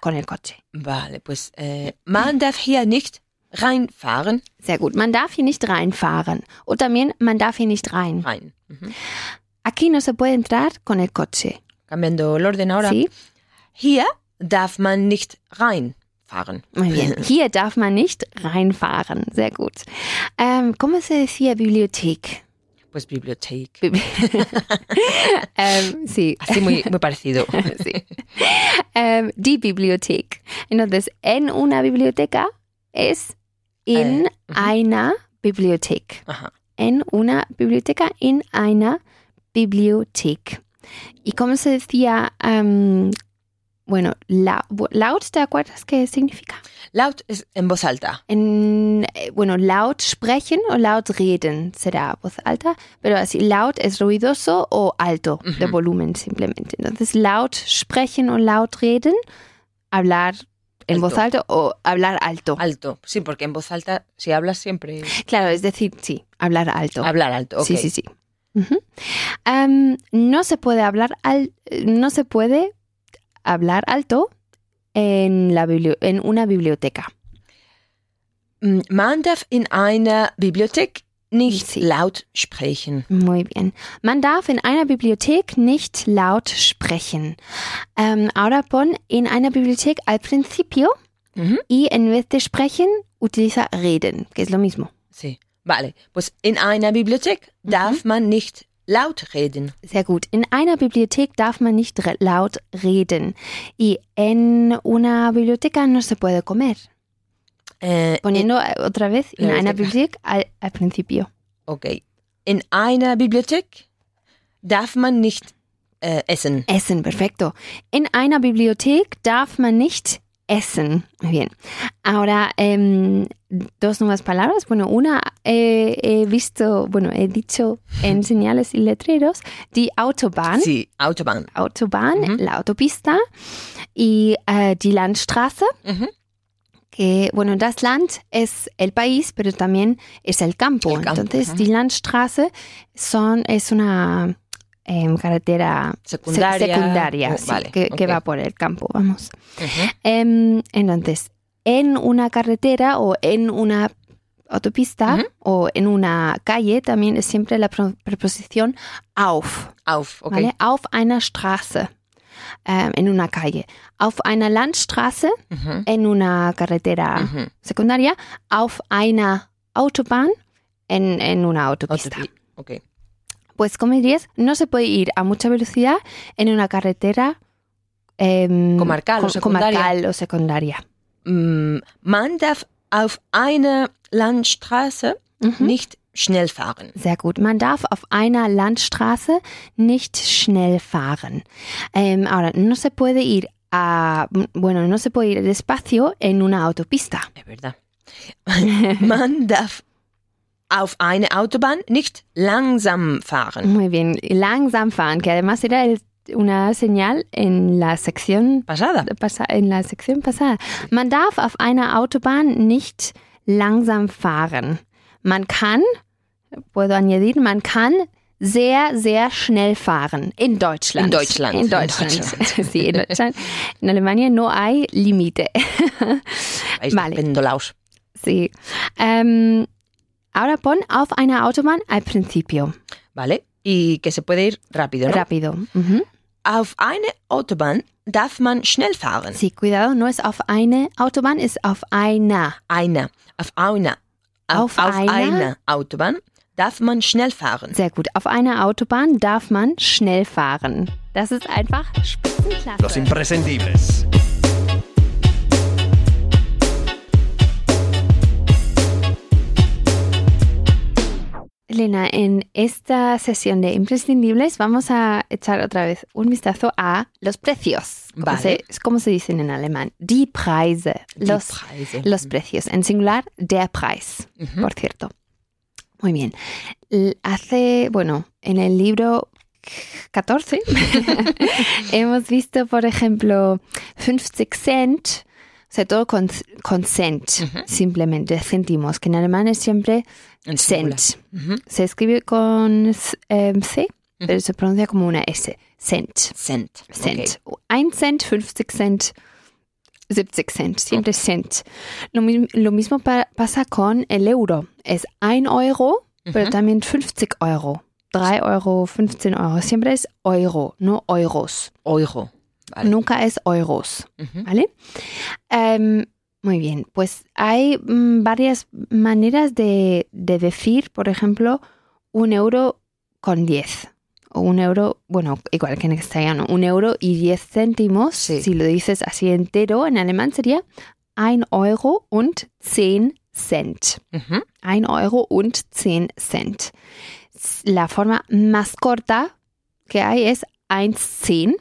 Speaker 1: con el coche.
Speaker 3: Vale, pues äh, man darf hier nicht reinfahren.
Speaker 1: Sehr gut. Man darf hier nicht reinfahren. O también, man darf hier nicht rein.
Speaker 3: Rein. Mhm.
Speaker 1: Aquí no se puede entrar con el coche.
Speaker 3: Cambiando el orden ahora.
Speaker 1: ¿Sí?
Speaker 3: Hier darf man nicht reinfahren.
Speaker 1: Muy bien. Hier darf man nicht reinfahren. Sehr gut. Ähm, ¿Cómo se decía bibliothek?
Speaker 3: Pues biblioteca.
Speaker 1: Bibli- ähm, sí.
Speaker 3: Así muy, muy parecido.
Speaker 1: sí. Ähm, die Bibliothek. Entonces, en una biblioteca es in
Speaker 3: Eh, ujú.
Speaker 1: einer Bibliothek.
Speaker 3: Ajá.
Speaker 1: En una biblioteca, in einer Bibliothek. ¿Y cómo se decía? ähm, bueno, la- laut, ¿te acuerdas qué significa?
Speaker 3: Laut es en voz alta.
Speaker 1: En, eh, bueno, laut sprechen o laut reden será voz alta, pero así laut es ruidoso o alto de
Speaker 3: Ujú.
Speaker 1: volumen simplemente. Entonces, laut sprechen o laut reden, hablar en
Speaker 3: Alto.
Speaker 1: voz alta o hablar alto.
Speaker 3: Alto. Sí, porque en voz alta, si hablas siempre.
Speaker 1: Claro, es decir, sí, hablar alto.
Speaker 3: Hablar alto. ok.
Speaker 1: Sí, sí, sí. Ujú. Am, no se puede hablar al, eh, no se puede hablar alto en la biblio- en una biblioteca.
Speaker 3: Mm, Man darf in einer Bibliothek nicht
Speaker 1: Sí.
Speaker 3: laut sprechen.
Speaker 1: Muy bien. Man darf in einer Bibliothek nicht laut sprechen. Ähm, ahora pon in einer Bibliothek al principio
Speaker 3: Mhm.
Speaker 1: y en vez de sprechen utiliza reden, que es lo mismo.
Speaker 3: Sí. Vale, pues in einer Bibliothek darf man nicht laut reden.
Speaker 1: Sehr gut. In einer Bibliothek darf man nicht re- laut reden. Y en una biblioteca no se puede comer.
Speaker 3: Äh,
Speaker 1: Poniendo eh, otra vez in
Speaker 3: La
Speaker 1: einer Bibliothek
Speaker 3: biblioteca.
Speaker 1: al, al principio.
Speaker 3: Okay. In einer Bibliothek darf man nicht äh, essen.
Speaker 1: Essen, perfecto. En una biblioteca darf man nicht essen. Muy bien. Ahora, em, dos nuevas palabras. Bueno, una eh, he visto, bueno, he dicho en señales y letreros, die Autobahn.
Speaker 3: Sí, Autobahn.
Speaker 1: Autobahn,
Speaker 3: Ujú.
Speaker 1: la autopista y eh, die Landstraße.
Speaker 3: Ujú.
Speaker 1: Que, bueno, das Land es el país, pero también es el campo.
Speaker 3: El campo,
Speaker 1: Entonces,
Speaker 3: ujú.
Speaker 1: die Landstraße son, es una em, carretera sec-
Speaker 3: Secundaria.
Speaker 1: secundaria,
Speaker 3: Oh,
Speaker 1: sí,
Speaker 3: vale.
Speaker 1: que, que
Speaker 3: ok.
Speaker 1: va por el campo, vamos.
Speaker 3: Ujú.
Speaker 1: Em, entonces, en una carretera o en una autopista
Speaker 3: Ujú.
Speaker 1: o en una calle también es siempre la pro- preposición auf.
Speaker 3: Auf, okay.
Speaker 1: ¿vale? Auf einer Straße, ähm, en una calle. Auf einer Landstraße,
Speaker 3: Mhm.
Speaker 1: en una carretera
Speaker 3: Mhm.
Speaker 1: secundaria. Auf einer Autobahn, en, en una autopista.
Speaker 3: Autobi- Okay.
Speaker 1: Pues como dirías, no se puede ir a mucha velocidad en una carretera em,
Speaker 3: Comarcal o
Speaker 1: com-
Speaker 3: secundaria.
Speaker 1: comarcal o secundaria.
Speaker 3: Mm, Man darf auf einer Landstraße
Speaker 1: Mhm.
Speaker 3: nicht schnell fahren.
Speaker 1: Sehr gut. Man darf auf einer Landstraße nicht schnell fahren. Em, ahora, no se puede ir a, bueno, no se puede ir despacio en una autopista.
Speaker 3: Es verdad. Man darf auf einer Autobahn nicht langsam fahren.
Speaker 1: Muy bien. Langsam fahren, que además era el- una señal en la sección
Speaker 3: Pasada.
Speaker 1: pasa- en la sección pasada. Man darf auf einer Autobahn nicht langsam fahren. Man kann, puedo añadir, man kann sehr, sehr schnell fahren. In Deutschland.
Speaker 3: In Deutschland.
Speaker 1: In Deutschland.
Speaker 3: In Deutschland.
Speaker 1: sí, in Deutschland. En Alemania no hay límite.
Speaker 3: Weißt du,
Speaker 1: Vale.
Speaker 3: Pendolaus.
Speaker 1: sí. Ähm, ahora pon auf einer Autobahn al principio.
Speaker 3: Vale. Y que se puede ir rápido, ¿no?
Speaker 1: Rápido. Mhm.
Speaker 3: Auf eine Autobahn darf man schnell fahren.
Speaker 1: Sí, cuidado, no es auf eine Autobahn, es auf einer.
Speaker 3: Einer. Auf einer.
Speaker 1: Auf einer?
Speaker 3: Autobahn darf man schnell fahren.
Speaker 1: Sehr gut. Auf einer Autobahn darf man schnell fahren. Das ist einfach Spitzenklasse.
Speaker 2: Los imprescindibles.
Speaker 1: Elena, en esta sesión de imprescindibles vamos a echar otra vez un vistazo a los precios. ¿Cómo,
Speaker 3: Vale.
Speaker 1: se, cómo se dicen en alemán? Die Preise.
Speaker 3: Die
Speaker 1: los,
Speaker 3: Preise.
Speaker 1: los precios. En singular, der Preis,
Speaker 3: Ujú.
Speaker 1: por cierto. Muy bien. L- Hace, bueno, en el libro 14 hemos visto, por ejemplo, 50 Cent, o sea, todo con, con Cent, simplemente, céntimos, que en alemán es siempre
Speaker 3: En singular.
Speaker 1: Cent.
Speaker 3: Ujú.
Speaker 1: Se escribe con s- em, C, pero se pronuncia como una S. Cent.
Speaker 3: Cent.
Speaker 1: Cent. Ein Cent, 50 Cent, 70 Cent. Siempre Cent. Lo, mi- lo mismo pa- pasa con el euro. Es ein Euro, pero también 50 Euro. 3 Euro, 15 Euro. Siempre es Euro, no Euros.
Speaker 3: Ok. Euro. Vale.
Speaker 1: Nunca es Euros.
Speaker 3: Ujú.
Speaker 1: ¿Vale? Em, muy bien, pues hay mm, varias maneras de, de decir, por ejemplo, un euro con 10. O un euro, bueno, igual que en castellano, un euro y 10 céntimos.
Speaker 3: Sí.
Speaker 1: Si lo dices así entero, en alemán sería ein Euro und 10 Cent.
Speaker 3: Ujú.
Speaker 1: Ein Euro und 10 Cent. La forma más corta que hay es 1,10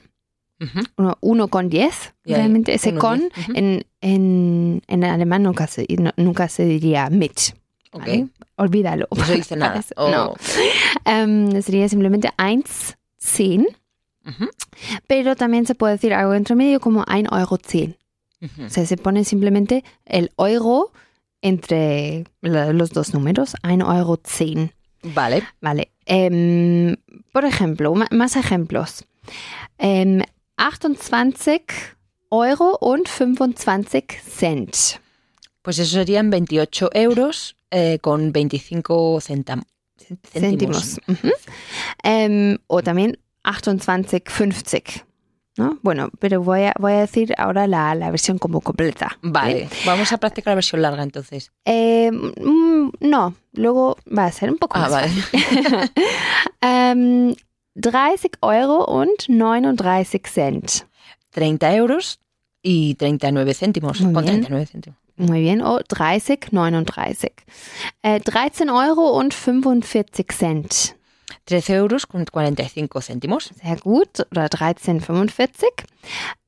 Speaker 3: Ujú.
Speaker 1: uno, uno con diez.
Speaker 3: Ya, ya.
Speaker 1: realmente ese
Speaker 3: Uno,
Speaker 1: con
Speaker 3: Mhm. diez. Mhm. Ujú.
Speaker 1: en, en, en alemán nunca se, no- nunca se diría mit.
Speaker 3: Ok.
Speaker 1: ¿vale? Olvídalo.
Speaker 3: No se dice nada.
Speaker 1: Parece-
Speaker 3: Oh,
Speaker 1: No.
Speaker 3: ok.
Speaker 1: Em, sería simplemente eins, zehn.
Speaker 3: Ujú.
Speaker 1: Pero también se puede decir algo entre medio como ein Euro zehn.
Speaker 3: Ujú.
Speaker 1: O sea, se pone simplemente el euro entre la- los dos números, ein Euro zehn.
Speaker 3: Vale.
Speaker 1: Vale. Em, por ejemplo, ma- más ejemplos. Em, 28 Euro und 25 Cent.
Speaker 3: Pues eso serían 28 euros eh, con 25 centam- céntimos.
Speaker 1: Céntimos. Ujú. Em, o también 28,50. ¿no? Bueno, pero voy a, voy a decir ahora la, la versión como completa.
Speaker 3: Vale, vamos a practicar la versión larga entonces.
Speaker 1: Em, mm, no, luego va a ser un poco
Speaker 3: Ah,
Speaker 1: más
Speaker 3: vale.
Speaker 1: Em, 30 Euro und 39 Cent.
Speaker 3: 30 euros y 39 céntimos.
Speaker 1: Muy
Speaker 3: Con
Speaker 1: bien.
Speaker 3: 39 céntimos.
Speaker 1: Muy bien, oh, 30, 39. Äh, 13 Euro und 45 Cent.
Speaker 3: 13 euros con 45 céntimos.
Speaker 1: Sehr gut, oder 13,45.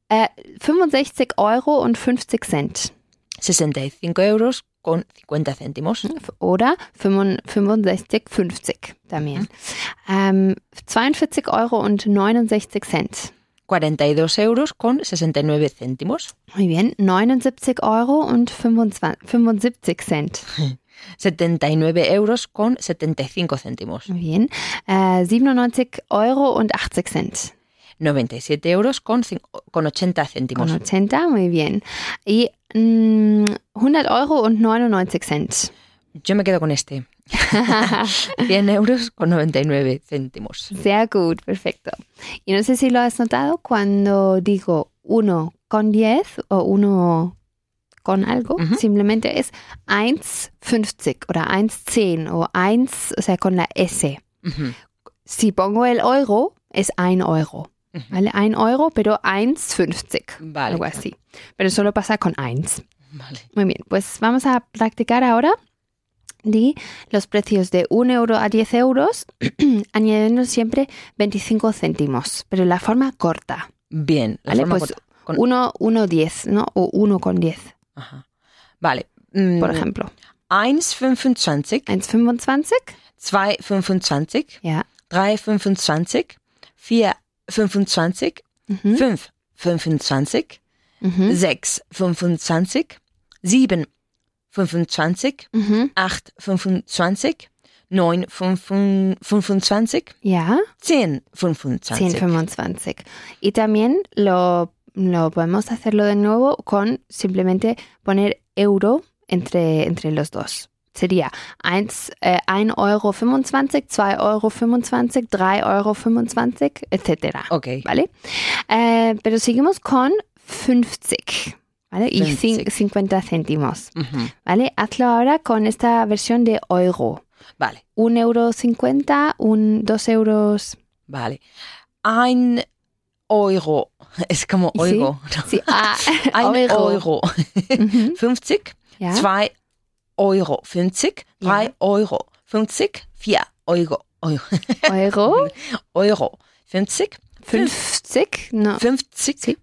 Speaker 1: Äh, 65 Euro und 50 Cent.
Speaker 3: 65 euros con 50 céntimos.
Speaker 1: Mm. Oder 65,50 también. Ähm, 42 Euro und 69 Cent.
Speaker 3: 42 euros con 69 céntimos.
Speaker 1: Muy bien, 79 Euro und 25, 75 Cent.
Speaker 3: 79 euros con 75 céntimos.
Speaker 1: Muy bien, äh, 97 Euro und 80 Cent.
Speaker 3: 97 euros con, cin- con 80
Speaker 1: Con
Speaker 3: céntimos.
Speaker 1: 80, muy bien. Y mm, 100 Euro und 99 Cent.
Speaker 3: Yo me quedo con este. 100 euros con 99 céntimos.
Speaker 1: Sehr gut, perfecto. Y no sé si lo has notado cuando digo uno con 10 o uno con algo,
Speaker 3: Ujú.
Speaker 1: simplemente es 1,50 oder 1,10 o 1, o sea, con la S.
Speaker 3: Ujú.
Speaker 1: Si pongo el euro, es 1 Euro.
Speaker 3: Ujú.
Speaker 1: ¿Vale? 1 Euro, pero 1,50.
Speaker 3: Vale.
Speaker 1: Algo así. Pero solo pasa con 1.
Speaker 3: Vale.
Speaker 1: Muy bien, pues vamos a practicar ahora di los precios de 1 euro a 10 euros, añadiendo siempre 25 céntimos, pero la forma corta,
Speaker 3: Bien, la
Speaker 1: ¿vale?
Speaker 3: forma
Speaker 1: Pues
Speaker 3: corta. Con-
Speaker 1: 1, 1, 10, ¿no? O 1 con 10,
Speaker 3: Ajá. Vale. Mm,
Speaker 1: por ejemplo.
Speaker 3: 1,25,
Speaker 1: 1,25,
Speaker 3: 2,25,
Speaker 1: ja.
Speaker 3: 3,25, 4,25,
Speaker 1: Mhm.
Speaker 3: 5,25,
Speaker 1: Mhm.
Speaker 3: 6,25, 7,25,
Speaker 1: Mhm.
Speaker 3: 8,25, 9,25,
Speaker 1: Ja,
Speaker 3: 10,25.
Speaker 1: 10,25. Y también lo, lo podemos hacerlo de nuevo con simplemente poner euro entre, entre los dos. Sería 1, äh, 1 Euro 25, 2 Euro 25, 3 Euro 25, etc.
Speaker 3: Ok.
Speaker 1: ¿Vale? Eh, pero seguimos con 50, ¿vale? Y
Speaker 3: 50.
Speaker 1: cin- 50 céntimos,
Speaker 3: Ujú.
Speaker 1: ¿vale? Hazlo ahora con esta versión de euro.
Speaker 3: Vale,
Speaker 1: 1 euro 50, un, 2 euros
Speaker 3: vale. Ein Euro. Es como
Speaker 1: Sí.
Speaker 3: Euro. ¿no?
Speaker 1: Sí, ah,
Speaker 3: Ein
Speaker 1: Euro.
Speaker 3: Euro.
Speaker 1: Mhm,
Speaker 3: 50,
Speaker 1: ja.
Speaker 3: 2 Euro 50, 3
Speaker 1: Ja.
Speaker 3: Euro 50, 4 Euro, Euro,
Speaker 1: Euro,
Speaker 3: Euro 50,
Speaker 1: 50, no,
Speaker 3: 50,
Speaker 1: Sí.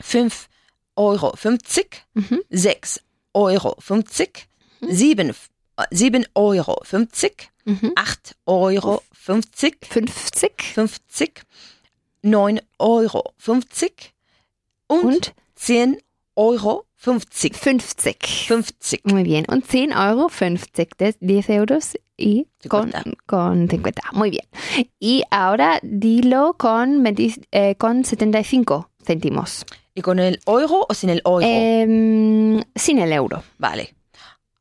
Speaker 3: 5 Euro 50,
Speaker 1: Mhm.
Speaker 3: 6 Euro 50, 7, 7 Euro 50,
Speaker 1: mhm.
Speaker 3: 8 Euro 50,
Speaker 1: 50
Speaker 3: 50, 9 Euro 50 und,
Speaker 1: und
Speaker 3: 10 Euro 50.
Speaker 1: 50.
Speaker 3: 50.
Speaker 1: Muy bien. Und 10 Euro, 50, de 10 euros y con,
Speaker 3: 50.
Speaker 1: con 50. Muy bien. Y ahora dilo con, 20 eh, con 75 céntimos.
Speaker 3: ¿Y con el euro o sin el euro?
Speaker 1: Eh. Em, sin el euro.
Speaker 3: vale.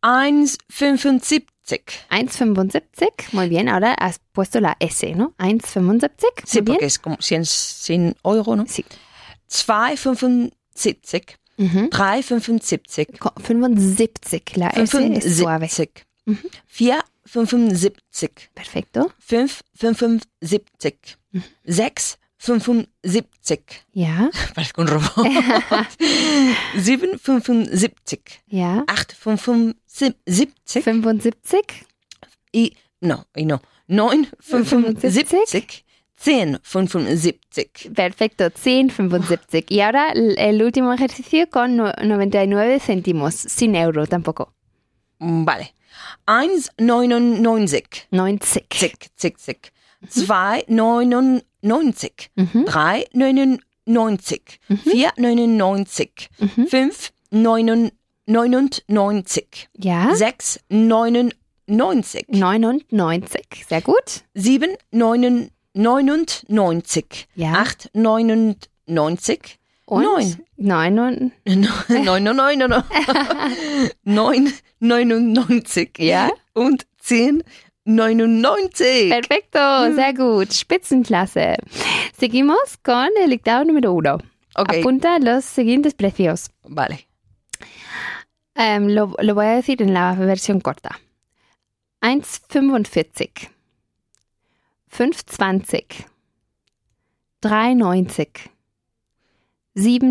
Speaker 3: 1,75.
Speaker 1: 1,75. Muy bien. Ahora has puesto la S, ¿no? 1,75.
Speaker 3: Sí,
Speaker 1: Muy bien.
Speaker 3: porque es como 100, 100 Euro, ¿no?
Speaker 1: Sí.
Speaker 3: 2,75.
Speaker 1: Ujú.
Speaker 3: 3,75.
Speaker 1: Con 75. La S Ah, es suave.
Speaker 3: 75. 4,75.
Speaker 1: Perfecto.
Speaker 3: 5,75. 6,75.
Speaker 1: Ja,
Speaker 3: Parezco un robot. 7,75.
Speaker 1: ja.
Speaker 3: 8,75.
Speaker 1: 75.
Speaker 3: Y no, y no. 9,75. 10,75.
Speaker 1: Perfecto, 10, 75. Y ahora l- el último ejercicio con no- 99 céntimos, sin euro tampoco.
Speaker 3: Vale. 1,99.
Speaker 1: 90.
Speaker 3: Zick, zick, zick. 2,99.
Speaker 1: Mhm.
Speaker 3: 3,99. 4,99.
Speaker 1: Mhm.
Speaker 3: 5,99.
Speaker 1: Ja,
Speaker 3: 6,99.
Speaker 1: 99. Sehr gut.
Speaker 3: 7,99.
Speaker 1: Ja.
Speaker 3: 8,99.
Speaker 1: Und
Speaker 3: Neun.
Speaker 1: 9.
Speaker 3: 9,99.
Speaker 1: Ja.
Speaker 3: Und 10,99.
Speaker 1: Perfecto, sehr gut. Spitzenklasse. Seguimos con el dictado número uno.
Speaker 3: Okay,
Speaker 1: Apunta los siguientes precios.
Speaker 3: vale.
Speaker 1: Em, Ähm, lo, lo voy a decir en la versión corta. 1,45. 5,20. 3,90.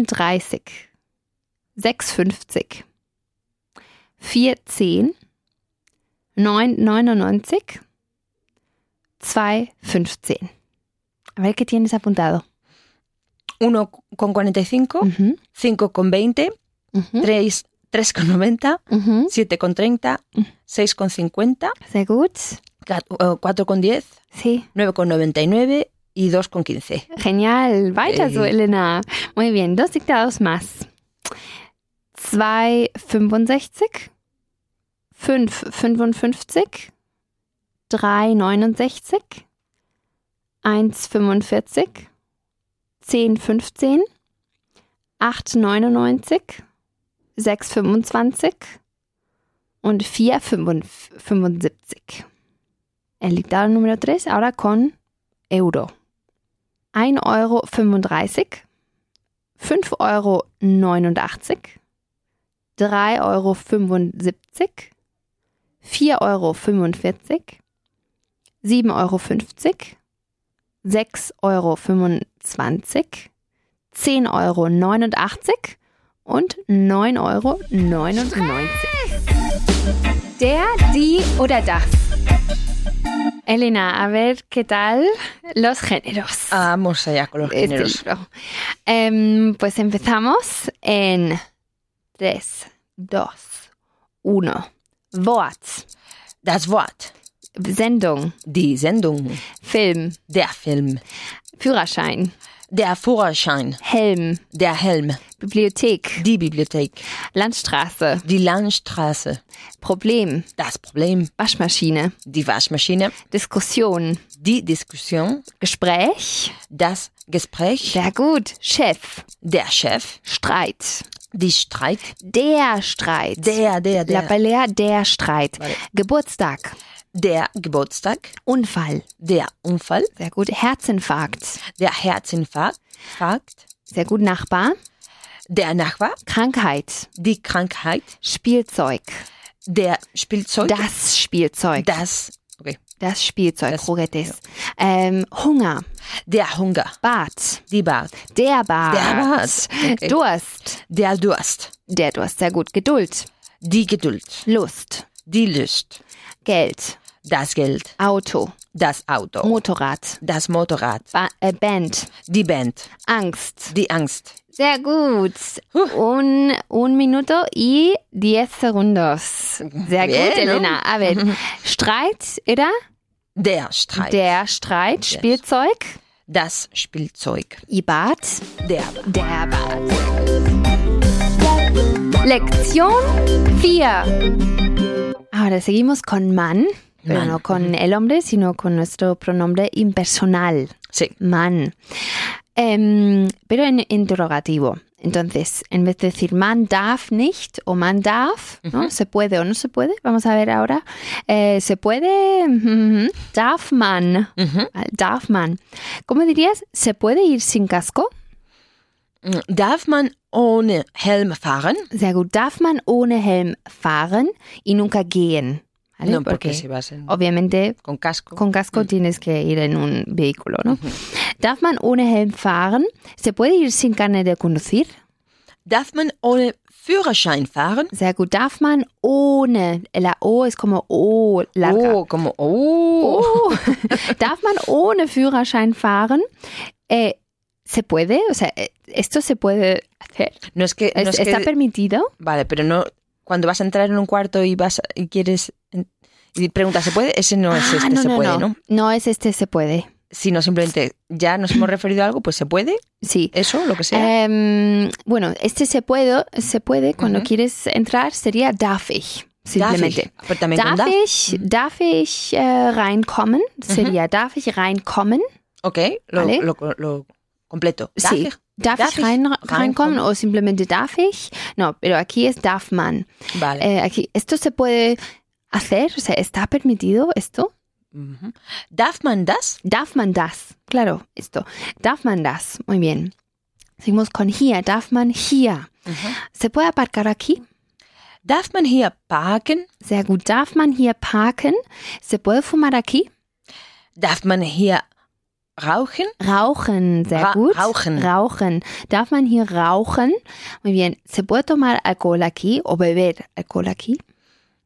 Speaker 1: 37. 6,50. 4,10. 9,99. 2,15. A ver qué tienes apuntado.
Speaker 3: 1,45,
Speaker 1: Ujú,
Speaker 3: 5,20,
Speaker 1: ujú,
Speaker 3: 3, 3,90,
Speaker 1: ujú.
Speaker 3: 7,30, 6,50,
Speaker 1: Sehr gut.
Speaker 3: ca- eh, 4,10,
Speaker 1: Sí.
Speaker 3: 9,99 y 2,15.
Speaker 1: Genial, weiter so,
Speaker 3: Ey.
Speaker 1: Elena. Muy bien, dos dictados más. 2,65, 5,55, 3,69, 1,45, 10,15, 8,99, 6,25 und 4,75. El dictado número 3, ahora con Euro. 1,35 Euro, 5,89 Euro, 3,75 Euro, 4,45 Euro, 7,50 Euro, 6,25 Euro, 10,89 Euro und 9,99 Euro. Der, die oder das? Elena, a ver, ¿qué tal los géneros?
Speaker 3: Vamos allá con los
Speaker 1: este
Speaker 3: géneros.
Speaker 1: libro. Em, pues empezamos en 3, 2, 1. Wort,
Speaker 3: Das Wort,
Speaker 1: Sendung,
Speaker 3: die Sendung,
Speaker 1: Film,
Speaker 3: der Film,
Speaker 1: Führerschein,
Speaker 3: der Führerschein,
Speaker 1: Helm,
Speaker 3: der Helm,
Speaker 1: Bibliothek,
Speaker 3: die Bibliothek,
Speaker 1: Landstraße,
Speaker 3: die Landstraße,
Speaker 1: Problem,
Speaker 3: das Problem,
Speaker 1: Waschmaschine,
Speaker 3: die Waschmaschine,
Speaker 1: Diskussion,
Speaker 3: die Diskussion,
Speaker 1: Gespräch,
Speaker 3: das Gespräch,
Speaker 1: sehr gut, Chef,
Speaker 3: der Chef,
Speaker 1: Streit,
Speaker 3: die Streit,
Speaker 1: der Streit,
Speaker 3: der,
Speaker 1: La
Speaker 3: der, der,
Speaker 1: Pelea, der Streit, Geburtstag,
Speaker 3: der Geburtstag,
Speaker 1: Unfall,
Speaker 3: der Unfall,
Speaker 1: sehr gut, Herzinfarkt,
Speaker 3: der Herzinfarkt, Fakt,
Speaker 1: sehr gut, Nachbar,
Speaker 3: der Nachbar,
Speaker 1: Krankheit,
Speaker 3: die Krankheit,
Speaker 1: Spielzeug,
Speaker 3: der Spielzeug,
Speaker 1: das Spielzeug,
Speaker 3: das, okay,
Speaker 1: das Spielzeug,
Speaker 3: Das-
Speaker 1: Juguetes. Ähm, Hunger,
Speaker 3: der Hunger,
Speaker 1: Bart,
Speaker 3: die Bart,
Speaker 1: der Bart,
Speaker 3: Der Bart, okay.
Speaker 1: Durst,
Speaker 3: der Durst,
Speaker 1: der Durst, sehr gut, Geduld,
Speaker 3: die Geduld,
Speaker 1: Lust,
Speaker 3: die Lust,
Speaker 1: Geld,
Speaker 3: das Geld,
Speaker 1: Auto,
Speaker 3: das Auto,
Speaker 1: Motorrad,
Speaker 3: das Motorrad,
Speaker 1: ba äh, Band,
Speaker 3: die Band,
Speaker 1: Angst.
Speaker 3: die Angst.
Speaker 1: Sehr gut. Un, un minuto y diez segundos. Sehr
Speaker 3: Bien,
Speaker 1: gut,
Speaker 3: ¿no?
Speaker 1: Elena. A ver, Streit, oder?
Speaker 3: Der Streit,
Speaker 1: Der Streit, Spielzeug,
Speaker 3: das Spielzeug,
Speaker 1: er i Bart.
Speaker 3: der
Speaker 1: Der Bart. Lección 4. Ahora seguimos con man, pero
Speaker 3: Man.
Speaker 1: no con el hombre, sino con nuestro pronombre impersonal,
Speaker 3: Sí.
Speaker 1: man. Em, pero en interrogativo. Entonces, en vez de decir man darf nicht o man darf, ¿no? Se puede o no se puede, vamos a ver ahora. Eh, se puede, mhm, darf man,
Speaker 3: Mhm.
Speaker 1: darf man. ¿Cómo dirías, se puede ir sin casco?
Speaker 3: Darf man ohne Helm fahren?
Speaker 1: Sehr gut. Darf man ohne Helm fahren y nunca gehen? ¿Vale?
Speaker 3: No, porque
Speaker 1: porque
Speaker 3: si vas en-
Speaker 1: obviamente
Speaker 3: con casco.
Speaker 1: con casco tienes que ir en un vehículo, ¿no? Darf man ohne Helm fahren? ¿Se puede ir sin carne de conducir?
Speaker 3: Darf man ohne Führerschein fahren?
Speaker 1: Sehr gut. Darf man ohne, la O es como O larga.
Speaker 3: Oh, como oh.
Speaker 1: Oh. Darf man ohne Führerschein fahren? Eh, ¿Se puede? O sea, eh, ¿esto se puede hacer?
Speaker 3: No es que, no
Speaker 1: ¿Es-
Speaker 3: es
Speaker 1: ¿Está
Speaker 3: que-
Speaker 1: permitido?
Speaker 3: vale, pero no cuando vas a entrar en un cuarto y vas y quieres y preguntas ¿se puede? Ese no es
Speaker 1: Ah,
Speaker 3: este se puede, ¿no?
Speaker 1: No es este se puede.
Speaker 3: Sino simplemente ya nos hemos referido a algo, pues se puede,
Speaker 1: Sí.
Speaker 3: eso, lo que sea.
Speaker 1: Ähm, bueno, este se puede, se puede cuando
Speaker 3: Ujú.
Speaker 1: quieres entrar sería darf ich.
Speaker 3: Darf ich.
Speaker 1: Simplemente.
Speaker 3: Pero también
Speaker 1: Darf,
Speaker 3: con darf.
Speaker 1: ich, darf ich äh, reinkommen? Sería darf ich reinkommen?
Speaker 3: Ok, lo,
Speaker 1: Vale.
Speaker 3: lo, lo completo. Darf
Speaker 1: Sí.
Speaker 3: ich?
Speaker 1: Darf,
Speaker 3: Darf
Speaker 1: ich
Speaker 3: ich
Speaker 1: rein, reinkommen
Speaker 3: reinkommen?
Speaker 1: o simplemente darf ich? No, pero aquí es darf man.
Speaker 3: Vale.
Speaker 1: Eh, aquí, ¿Esto se puede hacer? O sea, ¿está permitido esto?
Speaker 3: Ujú. Darf man das?
Speaker 1: Darf man das? Claro, esto. Darf man das? Muy bien. Seguimos con hier. Darf man hier? ¿Se puede aparcar aquí?
Speaker 3: Darf man hier parken?
Speaker 1: Sehr gut. Darf man hier parken? Se puede fumar aquí?
Speaker 3: Darf man hier rauchen?
Speaker 1: Rauchen, sehr
Speaker 3: Ra-
Speaker 1: gut.
Speaker 3: rauchen.
Speaker 1: Rauchen. Darf man hier rauchen? Muy bien. Se puede tomar alcohol aquí o beber alcohol aquí?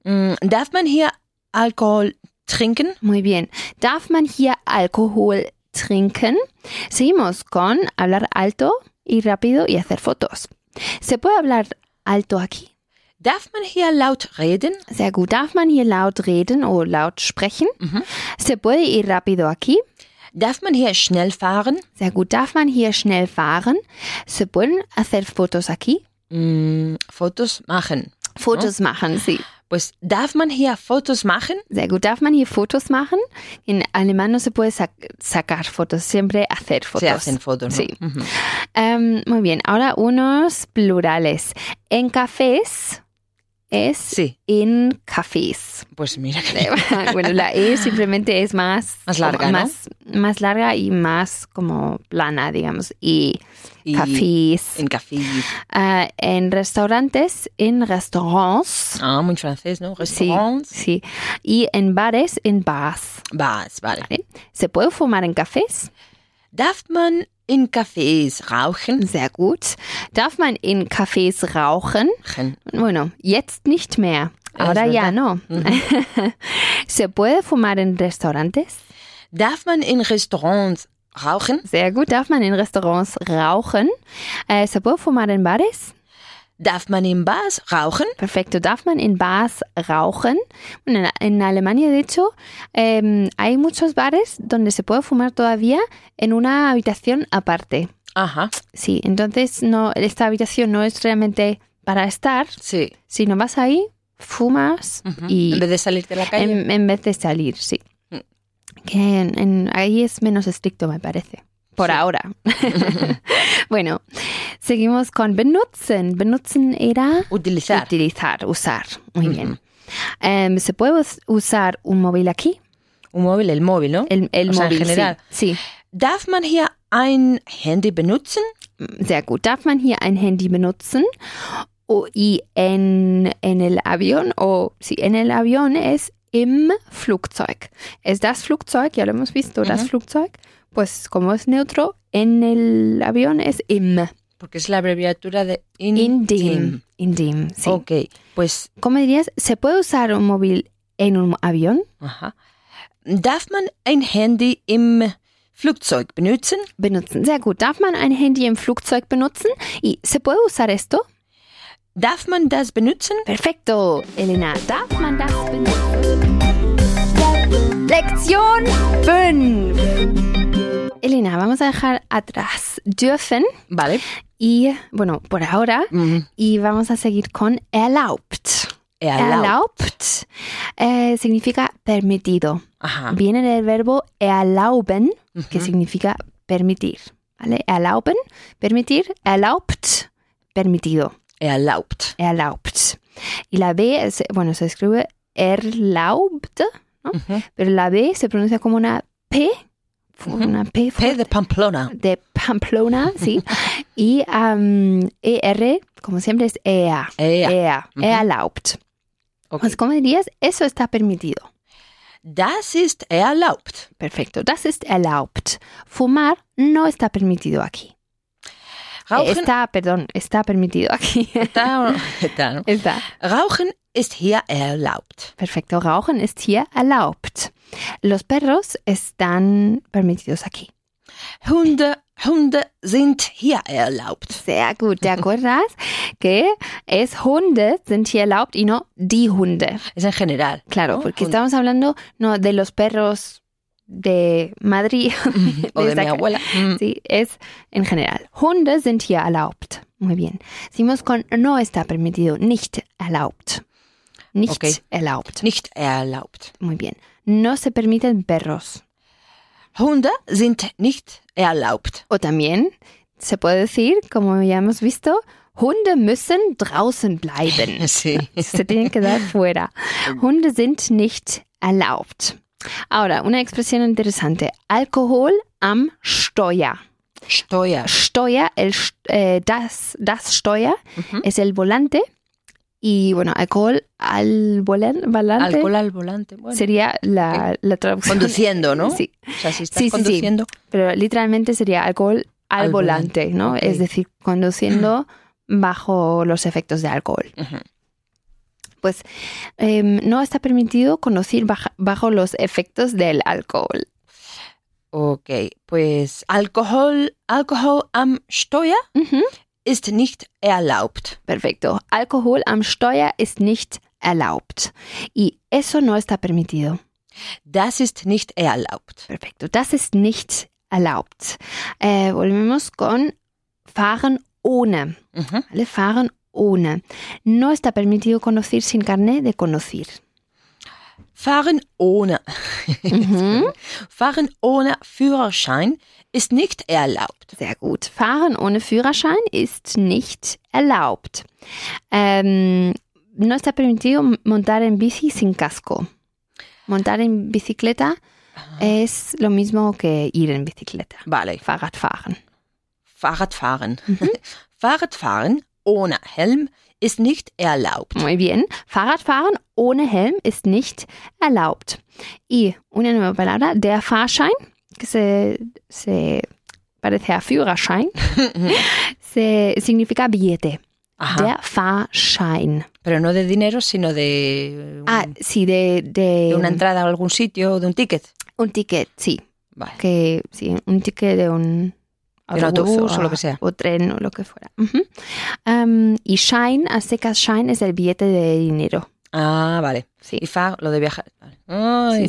Speaker 3: Mm, Darf man hier Alkohol trinken?
Speaker 1: Muy bien. Darf man hier Alkohol trinken? Seguimos con hablar alto y rápido y hacer fotos. ¿Se puede hablar alto aquí?
Speaker 3: Darf man hier laut reden?
Speaker 1: Sehr gut. Darf man hier laut reden o laut sprechen?
Speaker 3: Mhm.
Speaker 1: ¿Se puede ir rápido aquí?
Speaker 3: Darf man hier schnell fahren?
Speaker 1: Sehr gut. Darf man hier schnell fahren? ¿Se pueden hacer fotos aquí?
Speaker 3: Mm, Fotos machen.
Speaker 1: Fotos machen, sí.
Speaker 3: Pues darf man hier Fotos machen?
Speaker 1: Sehr gut. Darf man hier Fotos machen? En alemán no se puede sac- sacar fotos, siempre hacer fotos.
Speaker 3: Se hacen Fotos.
Speaker 1: Sí.
Speaker 3: ¿no? Ujú.
Speaker 1: Ähm, muy bien. Ahora unos plurales. En cafés es
Speaker 3: Sí,
Speaker 1: en cafés.
Speaker 3: pues mira que
Speaker 1: bueno, la E simplemente es más,
Speaker 3: Más larga, ¿no?
Speaker 1: más, más larga y más como plana, digamos. Y
Speaker 3: Y
Speaker 1: cafés.
Speaker 3: En café.
Speaker 1: Ah, en restaurantes, en restaurants.
Speaker 3: Ah, muy francés, ¿no?
Speaker 1: Sí,
Speaker 3: Restaurants.
Speaker 1: sí. Y en bares, en bars.
Speaker 3: Bars, vale.
Speaker 1: ¿Se puede fumar en cafés?
Speaker 3: Darf man in Cafés rauchen?
Speaker 1: Sehr gut. Darf man in Cafés rauchen? Bueno, jetzt nicht mehr.
Speaker 3: Es
Speaker 1: Ahora ya
Speaker 3: verdad.
Speaker 1: no. ¿Se puede fumar en restaurantes?
Speaker 3: Darf man in Restaurants rauchen?
Speaker 1: Sehr gut. Darf man in Restaurants rauchen? Eh, ¿Se puede fumar en bares?
Speaker 3: Darf man in Bars rauchen?
Speaker 1: Perfecto. Darf man in Bars rauchen? Bueno, en, en Alemania, de hecho, em, hay muchos bares donde se puede fumar todavía en una habitación aparte.
Speaker 3: Ajá,
Speaker 1: Sí, entonces no, esta habitación no es realmente para estar,
Speaker 3: sí.
Speaker 1: sino vas ahí, fumas
Speaker 3: Ujú.
Speaker 1: y
Speaker 3: en vez de salir Mm. de la calle.
Speaker 1: en, en vez de salir, sí. Que en- en- ahí es menos estricto, me parece. Por
Speaker 3: Sí.
Speaker 1: ahora. bueno, seguimos con benutzen. Benutzen era
Speaker 3: Utilizar.
Speaker 1: utilizar, usar. Muy
Speaker 3: Ujú.
Speaker 1: bien. Em, ¿Se puede us- usar un móvil aquí?
Speaker 3: Un móvil, el móvil, ¿no?
Speaker 1: El, el
Speaker 3: O sea, en
Speaker 1: móvil, sí.
Speaker 3: general.
Speaker 1: Sí.
Speaker 3: Em, Darf man hier ein Handy benutzen?
Speaker 1: sehr gut. Darf man hier ein Handy benutzen? O, y en, en el avión, o si en el avión es im Flugzeug. Es das Flugzeug, ya lo hemos visto, das
Speaker 3: Ujú.
Speaker 1: Flugzeug. Pues como es neutro, en el avión es im.
Speaker 3: Porque es la abreviatura de in,
Speaker 1: In
Speaker 3: dem.
Speaker 1: dem. In dem, sí.
Speaker 3: Ok, pues,
Speaker 1: ¿Cómo dirías? ¿Se puede usar un móvil en un avión?
Speaker 3: ajá. Darf man ein Handy im Flugzeug benutzen?
Speaker 1: Benutzen. Sehr gut. Darf man ein Handy im Flugzeug benutzen? Y, ¿Se puede usar esto?
Speaker 3: Darf man das benutzen?
Speaker 1: Perfecto, Elena. Darf man das benutzen? Lección 5. Elena, vamos a dejar atrás dürfen
Speaker 3: Vale.
Speaker 1: Y bueno, por ahora.
Speaker 3: Mm,
Speaker 1: Y vamos a seguir con erlaubt.
Speaker 3: Eh, Erlaubt.
Speaker 1: Erlaubt eh, significa permitido.
Speaker 3: Aha.
Speaker 1: Viene del verbo erlauben, que significa permitir. ¿Vale? Erlauben, permitir, erlaubt, permitido,
Speaker 3: Erlaubt.
Speaker 1: erlaubt. Y la B, es, bueno, se escribe erlaubt, ¿no?
Speaker 3: Mhm.
Speaker 1: pero la B se pronuncia como una P, una P
Speaker 3: P de Pamplona.
Speaker 1: de Pamplona, sí. y am, ER, como siempre, es E EA.
Speaker 3: Ja.
Speaker 1: EA,
Speaker 3: Mhm.
Speaker 1: erlaubt.
Speaker 3: Okay.
Speaker 1: Pues, ¿cómo dirías? Eso está permitido.
Speaker 3: Das ist erlaubt.
Speaker 1: Perfecto, das ist erlaubt. Fumar no está permitido aquí. Eh,
Speaker 3: Rauchen,
Speaker 1: Está, perdón, está permitido aquí.
Speaker 3: da, da,
Speaker 1: está.
Speaker 3: Rauchen ist hier erlaubt.
Speaker 1: Perfecto, rauchen ist hier erlaubt. Los perros están permitidos aquí.
Speaker 3: Hunde, Hunde sind hier erlaubt.
Speaker 1: Sehr gut, ¿te acuerdas? que es Hunde sind hier erlaubt y no die Hunde.
Speaker 3: Es en general.
Speaker 1: Claro,
Speaker 3: ¿no?
Speaker 1: porque
Speaker 3: Oh, Hunde.
Speaker 1: estamos hablando no de los perros de Madrid.
Speaker 3: O de mi
Speaker 1: Saca-
Speaker 3: abuela. Mm.
Speaker 1: Sí, es en general. Hunde sind hier erlaubt. Muy bien. Seguimos con no está permitido, nicht erlaubt. Nicht
Speaker 3: Okay.
Speaker 1: erlaubt.
Speaker 3: Nicht erlaubt.
Speaker 1: Muy bien. No se permiten perros.
Speaker 3: Hunde sind nicht erlaubt.
Speaker 1: O también se puede decir, como ya hemos visto, Hunde müssen draußen bleiben.
Speaker 3: Sí.
Speaker 1: se tienen que dar fuera. Hunde sind nicht erlaubt. Ahora, una expresión interesante. Alkohol am Steuer.
Speaker 3: Steuer.
Speaker 1: Steuer, el, st- eh, das, das Steuer es el volante y bueno, alcohol al volan- volante
Speaker 3: Alcohol al volante. Bueno.
Speaker 1: sería la, la traducción.
Speaker 3: Conduciendo, ¿no?
Speaker 1: Sí,
Speaker 3: O sea, si estás
Speaker 1: Sí, sí, sí.
Speaker 3: conduciendo.
Speaker 1: pero literalmente sería alcohol al,
Speaker 3: Al
Speaker 1: volante,
Speaker 3: volante,
Speaker 1: ¿no?
Speaker 3: ok.
Speaker 1: Es decir, conduciendo bajo los efectos de alcohol.
Speaker 3: Ujú.
Speaker 1: Pues em, no está permitido conducir baja- bajo los efectos del alcohol.
Speaker 3: Ok, pues Alkohol, Alkohol am Steuer
Speaker 1: Ujú,
Speaker 3: ist nicht erlaubt.
Speaker 1: Perfecto. Alkohol am Steuer ist nicht erlaubt. Y eso no está permitido.
Speaker 3: Das ist nicht erlaubt.
Speaker 1: Perfecto. Das ist nicht erlaubt. Eh, volvemos con fahren ohne.
Speaker 3: Mhm.
Speaker 1: ¿vale? Fahren ohne. No está permitido conducir sin carnet de conducir.
Speaker 3: Fahren ohne.
Speaker 1: Mhm.
Speaker 3: Fahren ohne Führerschein ist nicht erlaubt.
Speaker 1: Sehr gut. Fahren ohne Führerschein ist nicht erlaubt. Ähm, no está permitido montar en bici sin casco. Montar en bicicleta es lo mismo que ir en bicicleta.
Speaker 3: Vale,
Speaker 1: Fahrradfahren.
Speaker 3: Fahrradfahren.
Speaker 1: Mhm.
Speaker 3: Fahrradfahren ohne Helm ist nicht erlaubt.
Speaker 1: Muy bien. Fahrradfahren ohne Helm ist nicht erlaubt. Y una nueva palabra, der Fahrschein, que se, se parece a Führerschein, se, significa billete.
Speaker 3: Ajá,
Speaker 1: Der Fahrschein.
Speaker 3: pero no de dinero, sino de, um,
Speaker 1: Ah, eh. sí, de, de,
Speaker 3: Mm. de una entrada a algún sitio, de un ticket.
Speaker 1: un ticket, sí.
Speaker 3: Vale.
Speaker 1: Que, sí, un ticket de un
Speaker 3: De un autobús o lo que sea.
Speaker 1: O tren o lo que fuera. Ujú. Am, y Schein, a secas Schein, es el billete de dinero.
Speaker 3: Ah, vale.
Speaker 1: Sí.
Speaker 3: Y fahr, lo de viajar. Vale. Ay,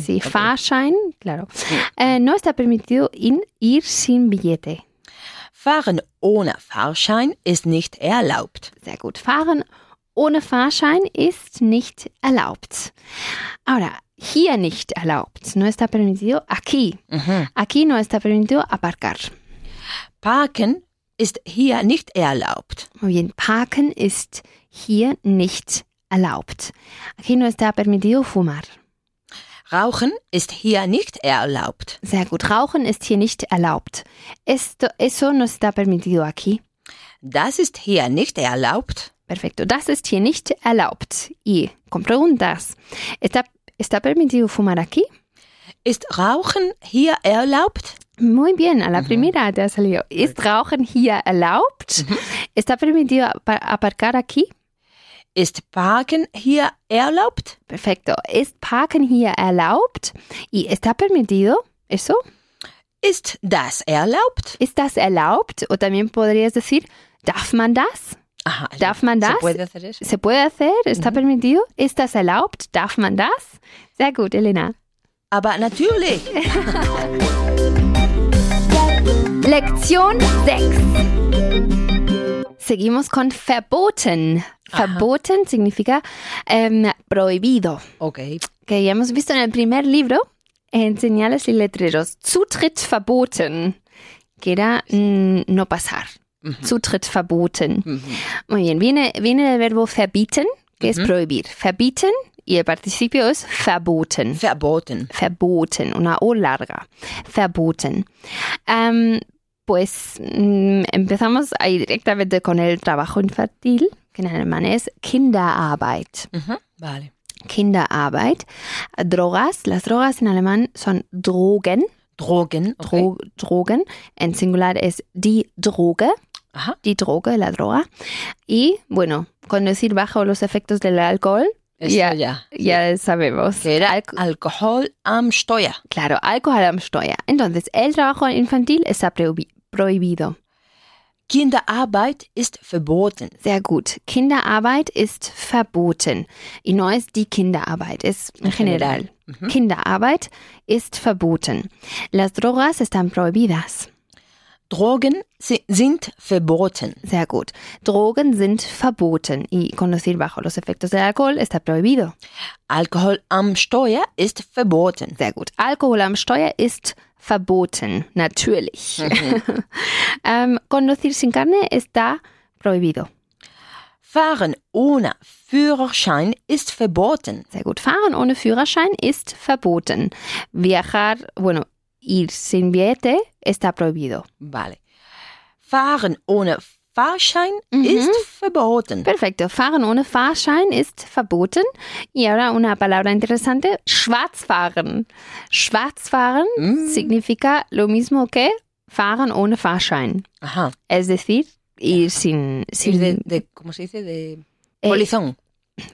Speaker 1: Sí, sí,
Speaker 3: ok.
Speaker 1: Fahrschein, claro. Eh, no está permitido in- ir sin billete.
Speaker 3: Fahren ohne Fahrschein ist nicht erlaubt.
Speaker 1: Sehr gut. Fahren ohne Fahrschein ist nicht erlaubt. Ahora, hier nicht erlaubt. No está permitido aquí. Aquí no está permitido aparcar.
Speaker 3: Parken ist hier nicht erlaubt.
Speaker 1: Muy bien, parken ist hier nicht erlaubt. Aquí no está permitido fumar.
Speaker 3: Rauchen ist hier nicht erlaubt.
Speaker 1: Sehr gut, rauchen ist hier nicht erlaubt. Esto, eso no está permitido aquí.
Speaker 3: Das ist hier nicht erlaubt.
Speaker 1: Perfecto, das ist hier nicht erlaubt. Y con preguntas. ¿Está, está permitido fumar aquí?
Speaker 3: Ist Rauchen hier erlaubt?
Speaker 1: Muy bien, a la primera te ha salido. ¿Ist Rauchen hier erlaubt? ¿Está permitido apa- aparcar aquí?
Speaker 3: Ist Parken hier erlaubt?
Speaker 1: Perfecto. ¿Ist Parken hier erlaubt? ¿Y está permitido eso?
Speaker 3: Ist das erlaubt?
Speaker 1: ¿Ist das erlaubt? O también podrías decir, ¿darf man das?
Speaker 3: Aha, also
Speaker 1: Darf man das?
Speaker 3: Se puede hacer eso?
Speaker 1: ¿Se puede hacer? ¿Está permitido? ¿Ist das erlaubt? ¿Darf man das? Sehr gut, Elena.
Speaker 3: Aber natürlich.
Speaker 1: Lektion 6. Seguimos con verboten.
Speaker 3: Ajá.
Speaker 1: Verboten significa em, prohibido.
Speaker 3: Okay.
Speaker 1: Que ya hemos visto en el primer libro, en Señales y Letreros, Zutritt verboten, que era mm, no pasar. Zutritt verboten.
Speaker 3: mhm.
Speaker 1: Muy bien, viene, viene del verbo verbieten, que es prohibir. Verbieten y el participio es verboten.
Speaker 3: Verboten.
Speaker 1: Verboten, una O larga. Verboten. Am, pues mm, empezamos ahí directamente con el trabajo infantil, que en alemán es Kinderarbeit.
Speaker 3: Mhm. Vale.
Speaker 1: Kinderarbeit. Drogas, las drogas en alemán son Drogen,
Speaker 3: Drogen. Okay.
Speaker 1: Dro- Drogen. En singular es die Droge,
Speaker 3: Aha.
Speaker 1: die Droge, la droga. Y bueno, conducir bajo los efectos del alcohol,
Speaker 3: Esto
Speaker 1: Ja.
Speaker 3: ja.
Speaker 1: ya sabemos.
Speaker 3: Que era
Speaker 1: Alco-
Speaker 3: Alkohol am Steuer.
Speaker 1: Claro, alcohol am Steuer. Entonces, el trabajo infantil está prohibi- prohibido.
Speaker 3: Kinderarbeit ist verboten.
Speaker 1: Sehr gut. Kinderarbeit ist verboten. Y no es die Kinderarbeit, es en general. Kinderarbeit ist verboten. Las drogas están prohibidas.
Speaker 3: Drogen si sind verboten.
Speaker 1: Sehr gut. Drogen sind verboten. Y conducir bajo los efectos del alcohol está prohibido.
Speaker 3: Alkohol am Steuer ist verboten.
Speaker 1: Sehr gut. Alkohol am Steuer ist verboten. Natürlich. ähm, conducir sin carne está prohibido.
Speaker 3: Fahren ohne Führerschein ist verboten.
Speaker 1: Sehr gut. Fahren ohne Führerschein ist verboten. Viajar, bueno, ir sin billete está prohibido.
Speaker 3: Vale. Fahren ohne Fahrschein
Speaker 1: Mhm.
Speaker 3: ist verboten.
Speaker 1: Perfecto. Fahren ohne Fahrschein ist verboten. Y ahora una palabra interesante. Schwarzfahren. Schwarzfahren
Speaker 3: Mm.
Speaker 1: significa lo mismo que fahren ohne Fahrschein.
Speaker 3: Ajá.
Speaker 1: Es decir, ir sin... sin
Speaker 3: Ir de, de- ¿cómo se dice? De
Speaker 1: Mm. eh,
Speaker 3: polizón.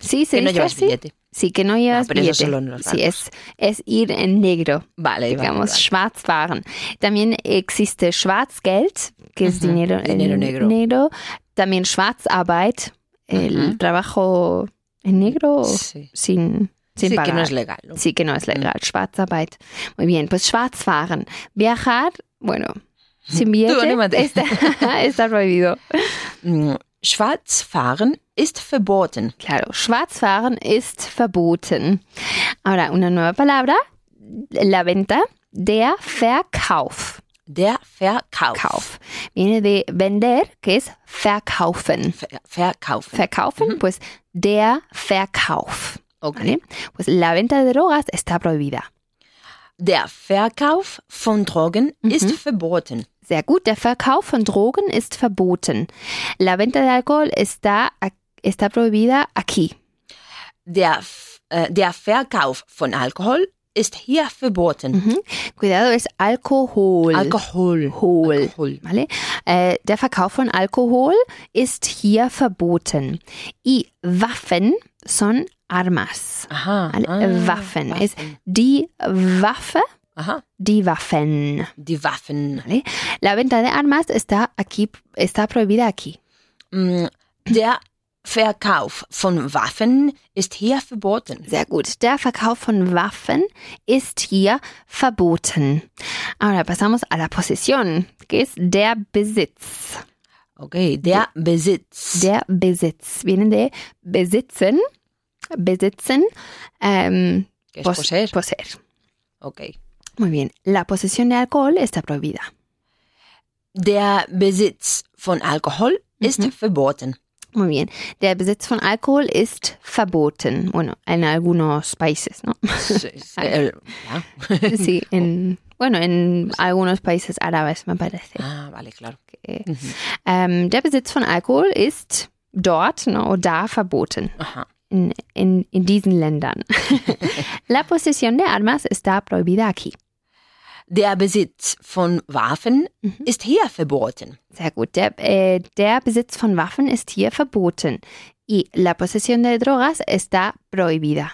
Speaker 1: sí, se
Speaker 3: que no
Speaker 1: dice
Speaker 3: llevas
Speaker 1: así.
Speaker 3: billete.
Speaker 1: Sí, que no llevas
Speaker 3: pero eso
Speaker 1: billete.
Speaker 3: solo en los
Speaker 1: sí, es, es ir en negro.
Speaker 3: Vale, vale,
Speaker 1: digamos,
Speaker 3: vale.
Speaker 1: Schwarzwaren. También existe Schwarzgeld, que es
Speaker 3: Ujú,
Speaker 1: dinero,
Speaker 3: dinero
Speaker 1: en
Speaker 3: Mhm. negro.
Speaker 1: También Schwarzarbeit, el
Speaker 3: Ujú.
Speaker 1: trabajo en negro
Speaker 3: Sí.
Speaker 1: sin, sin
Speaker 3: Sí,
Speaker 1: pagar.
Speaker 3: que no es legal. Mm. ¿no?
Speaker 1: sí, que no es legal. Schwarzarbeit. Muy bien, pues Schwarzfahren. Viajar, bueno, sin billete
Speaker 3: anímate.
Speaker 1: está, está prohibido.
Speaker 3: Mm, Schwarzfahren ist verboten.
Speaker 1: Claro, Schwarzfahren ist verboten. Ahora, una nueva palabra, la venta, der Verkauf.
Speaker 3: Der Verkauf.
Speaker 1: Verkauf. Viene de vender, que es verkaufen.
Speaker 3: Ver Verkaufen.
Speaker 1: Verkaufen, pues der Verkauf.
Speaker 3: okay.
Speaker 1: ¿vale? Pues la venta de drogas está prohibida.
Speaker 3: Der Verkauf von Drogen
Speaker 1: Mhm.
Speaker 3: ist verboten.
Speaker 1: Sehr gut, der Verkauf von Drogen ist verboten. La venta de alcohol está, está prohibida aquí.
Speaker 3: Der, F- äh, der Verkauf von Alkohol ist hier verboten.
Speaker 1: Mhm. Cuidado, es Alkohol.
Speaker 3: Alkohol.
Speaker 1: Hol.
Speaker 3: Alkohol.
Speaker 1: ¿Vale? Äh, der Verkauf von Alkohol ist hier verboten. Y Waffen son armas.
Speaker 3: Aha.
Speaker 1: Alle äh,
Speaker 3: ah,
Speaker 1: Waffen. Es die Waffe,
Speaker 3: Aha.
Speaker 1: die Waffen.
Speaker 3: Die Waffen.
Speaker 1: ¿vale? La venta de armas está aquí, está prohibida aquí.
Speaker 3: Mm, Der Verkauf von Waffen ist hier verboten.
Speaker 1: Sehr gut. Der Verkauf von Waffen ist hier verboten. Ahora pasamos a la posesión, que es der Besitz.
Speaker 3: Okay. Der Besitz.
Speaker 1: Der Besitz. Viene de besitzen, besitzen, ähm,
Speaker 3: Que es
Speaker 1: pos-
Speaker 3: poseer.
Speaker 1: poseer.
Speaker 3: Okay.
Speaker 1: Muy bien. La posesión de alcohol está prohibida.
Speaker 3: Der Besitz von Alkohol ist
Speaker 1: Mhm.
Speaker 3: verboten.
Speaker 1: Muy bien. Der Besitz von Alkohol ist verboten. Bueno, en algunos países, ¿no?
Speaker 3: Äh, ja.
Speaker 1: Sí, en, bueno, en algunos países árabes, me parece.
Speaker 3: Ah, vale, klar.
Speaker 1: que- Ähm, der Besitz von Alkohol ist dort, no, da verboten.
Speaker 3: Aha.
Speaker 1: In, in, in diesen Ländern. La posesión de armas está prohibida aquí.
Speaker 3: Der Besitz von Waffen
Speaker 1: Mhm.
Speaker 3: ist hier verboten.
Speaker 1: Sehr gut. Der, äh, der Besitz von Waffen ist hier verboten. Y la posesión de drogas está prohibida.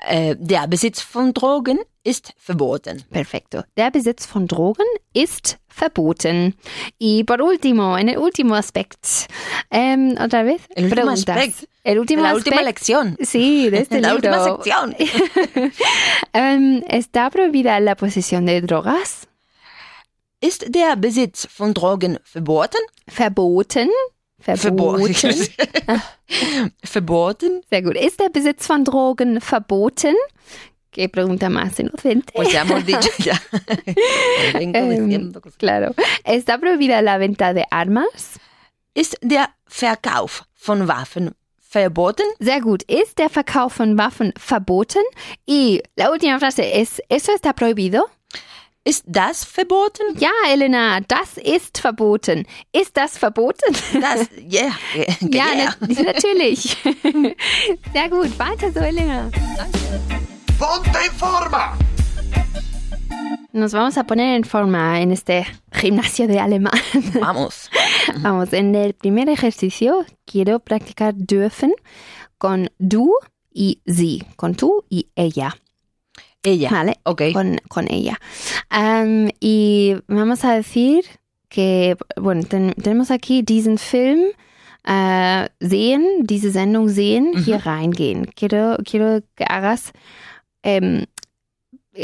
Speaker 3: Äh, der Besitz von Drogen ist verboten.
Speaker 1: Perfecto. Der Besitz von Drogen ist verboten. Y por último, en el último aspecto, em, otra vez,
Speaker 3: El último
Speaker 1: preguntas.
Speaker 3: aspecto.
Speaker 1: El último
Speaker 3: La última
Speaker 1: aspecto.
Speaker 3: Lektion.
Speaker 1: Sí, de este
Speaker 3: La
Speaker 1: libro.
Speaker 3: última sección.
Speaker 1: Em, ¿Está prohibida la posesión de drogas?
Speaker 3: Ist der Besitz von Drogen verboten?
Speaker 1: Verboten. Verboten.
Speaker 3: Verboten?
Speaker 1: Sehr gut. Ist der Besitz von Drogen verboten? Que pregunta más inocente.
Speaker 3: Pues ya hemos dicho ya. Vengo
Speaker 1: Ähm,
Speaker 3: diciendo cosas.
Speaker 1: Claro. ¿Está prohibida la venta de armas?
Speaker 3: Ist der Verkauf von Waffen verboten?
Speaker 1: Sehr gut. ¿Ist der Verkauf von Waffen verboten? Y la última frase es, ¿eso está prohibido?
Speaker 3: Ist das verboten?
Speaker 1: Ja, Elena, das ist verboten. Ist das verboten?
Speaker 3: Das, yeah.
Speaker 1: Ja,
Speaker 3: yeah.
Speaker 1: nat- natürlich. Sehr gut, weiter so, Elena.
Speaker 4: Ponte en forma.
Speaker 1: Nos vamos a poner en forma en este gimnasio de alemán.
Speaker 3: Vamos.
Speaker 1: Vamos, en el primer ejercicio quiero practicar dürfen con du y sie, con tú y ella,
Speaker 3: Ella.
Speaker 1: ¿vale?
Speaker 3: Okay.
Speaker 1: Con, con ella. Am, y vamos a decir que, bueno, ten- tenemos aquí diesen Film äh, sehen, diese Sendung sehen,
Speaker 3: Mhm.
Speaker 1: hier reingehen. Quiero, quiero que hagas, em,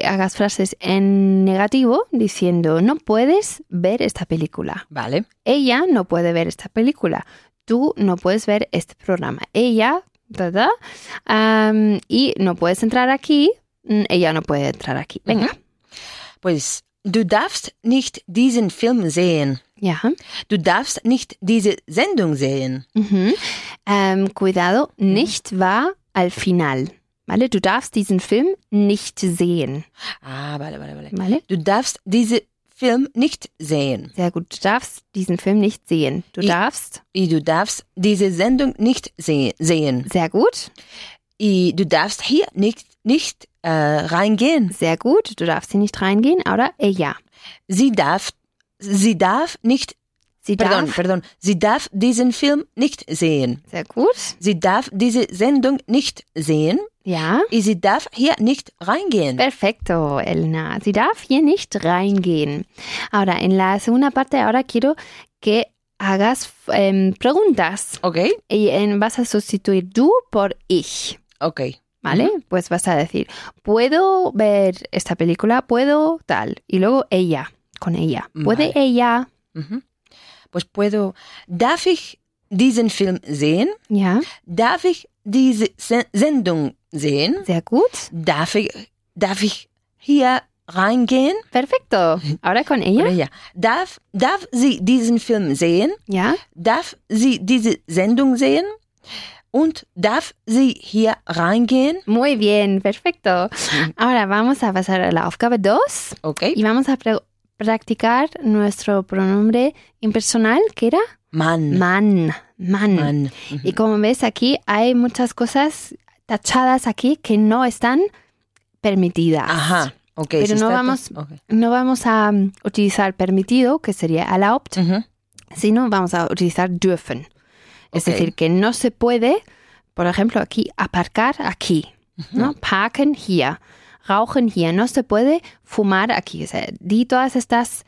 Speaker 1: hagas frases en negativo diciendo, no puedes ver esta película.
Speaker 3: Vale.
Speaker 1: Ella no puede ver esta película. Tú no puedes ver este programa. Ella, da, da, am, y no puedes entrar aquí. Mm, Ella no puede entrar aquí. Venga.
Speaker 3: Pues, du darfst nicht diesen Film sehen.
Speaker 1: Ya.
Speaker 3: Du darfst nicht diese Sendung sehen.
Speaker 1: Mhm. Ähm, cuidado, nicht war al final. ¿Vale? Du darfst diesen Film nicht sehen.
Speaker 3: Ah, vale, vale, vale.
Speaker 1: ¿Vale?
Speaker 3: Du darfst diese Film nicht sehen.
Speaker 1: Sehr gut. Du darfst diesen Film nicht sehen. Du
Speaker 3: I-
Speaker 1: darfst.
Speaker 3: I, Du darfst diese Sendung nicht se sehen.
Speaker 1: Sehr gut.
Speaker 3: I, Du darfst hier nicht, nicht äh, reingehen.
Speaker 1: Sehr gut. Du darfst hier nicht reingehen. Oder Äh, ella.
Speaker 3: Sie darf, sie darf nicht,
Speaker 1: Sie
Speaker 3: pardon,
Speaker 1: darf.
Speaker 3: pardon, sie darf diesen Film nicht sehen.
Speaker 1: Sehr gut.
Speaker 3: Sie darf diese Sendung nicht sehen.
Speaker 1: Ja.
Speaker 3: I, Sie darf hier nicht reingehen.
Speaker 1: Perfecto, Elena. Sie darf hier nicht reingehen. Ahora, en la segunda parte, ahora quiero que hagas em, preguntas.
Speaker 3: Okay,
Speaker 1: Y em, vas a sustituir tú por ich,
Speaker 3: okay.
Speaker 1: ¿vale? Pues vas a decir, ¿puedo ver esta película? ¿Puedo tal? Y luego ella, con ella. ¿Puede
Speaker 3: Vale.
Speaker 1: ella?
Speaker 3: Mhm. Pues puedo, darf ich diesen Film sehen?
Speaker 1: Ya,
Speaker 3: Darf ich diese Se Sendung sehen?
Speaker 1: sehr gut.
Speaker 3: Darf ich, darf ich hier reingehen?
Speaker 1: Perfecto. Ahora con
Speaker 3: Oder
Speaker 1: ella,
Speaker 3: ja. Darf, darf sie diesen Film sehen?
Speaker 1: ya.
Speaker 3: Darf sie diese Sendung sehen? Und darf sie hier reingehen?
Speaker 1: Muy bien, perfecto. Ahora vamos a pasar a la Aufgabe 2.
Speaker 3: Okay.
Speaker 1: Y vamos a pra- practicar nuestro pronombre impersonal, que era
Speaker 3: Mann.
Speaker 1: man, man.
Speaker 3: Mann.
Speaker 1: Y como ves aquí, hay muchas cosas tachadas aquí que no están permitidas.
Speaker 3: Aha. Okay.
Speaker 1: Pero
Speaker 3: es
Speaker 1: no
Speaker 3: ist das-
Speaker 1: vamos-
Speaker 3: Okay.
Speaker 1: No vamos a mm, utilizar permitido, que sería erlaubt,
Speaker 3: Mhm.
Speaker 1: sino vamos a utilizar dürfen. Es
Speaker 3: Ok.
Speaker 1: decir, que no se puede, por ejemplo, aquí aparcar aquí, ¿no? Parken hier, rauchen hier, no se puede fumar aquí. O sea, di todas estas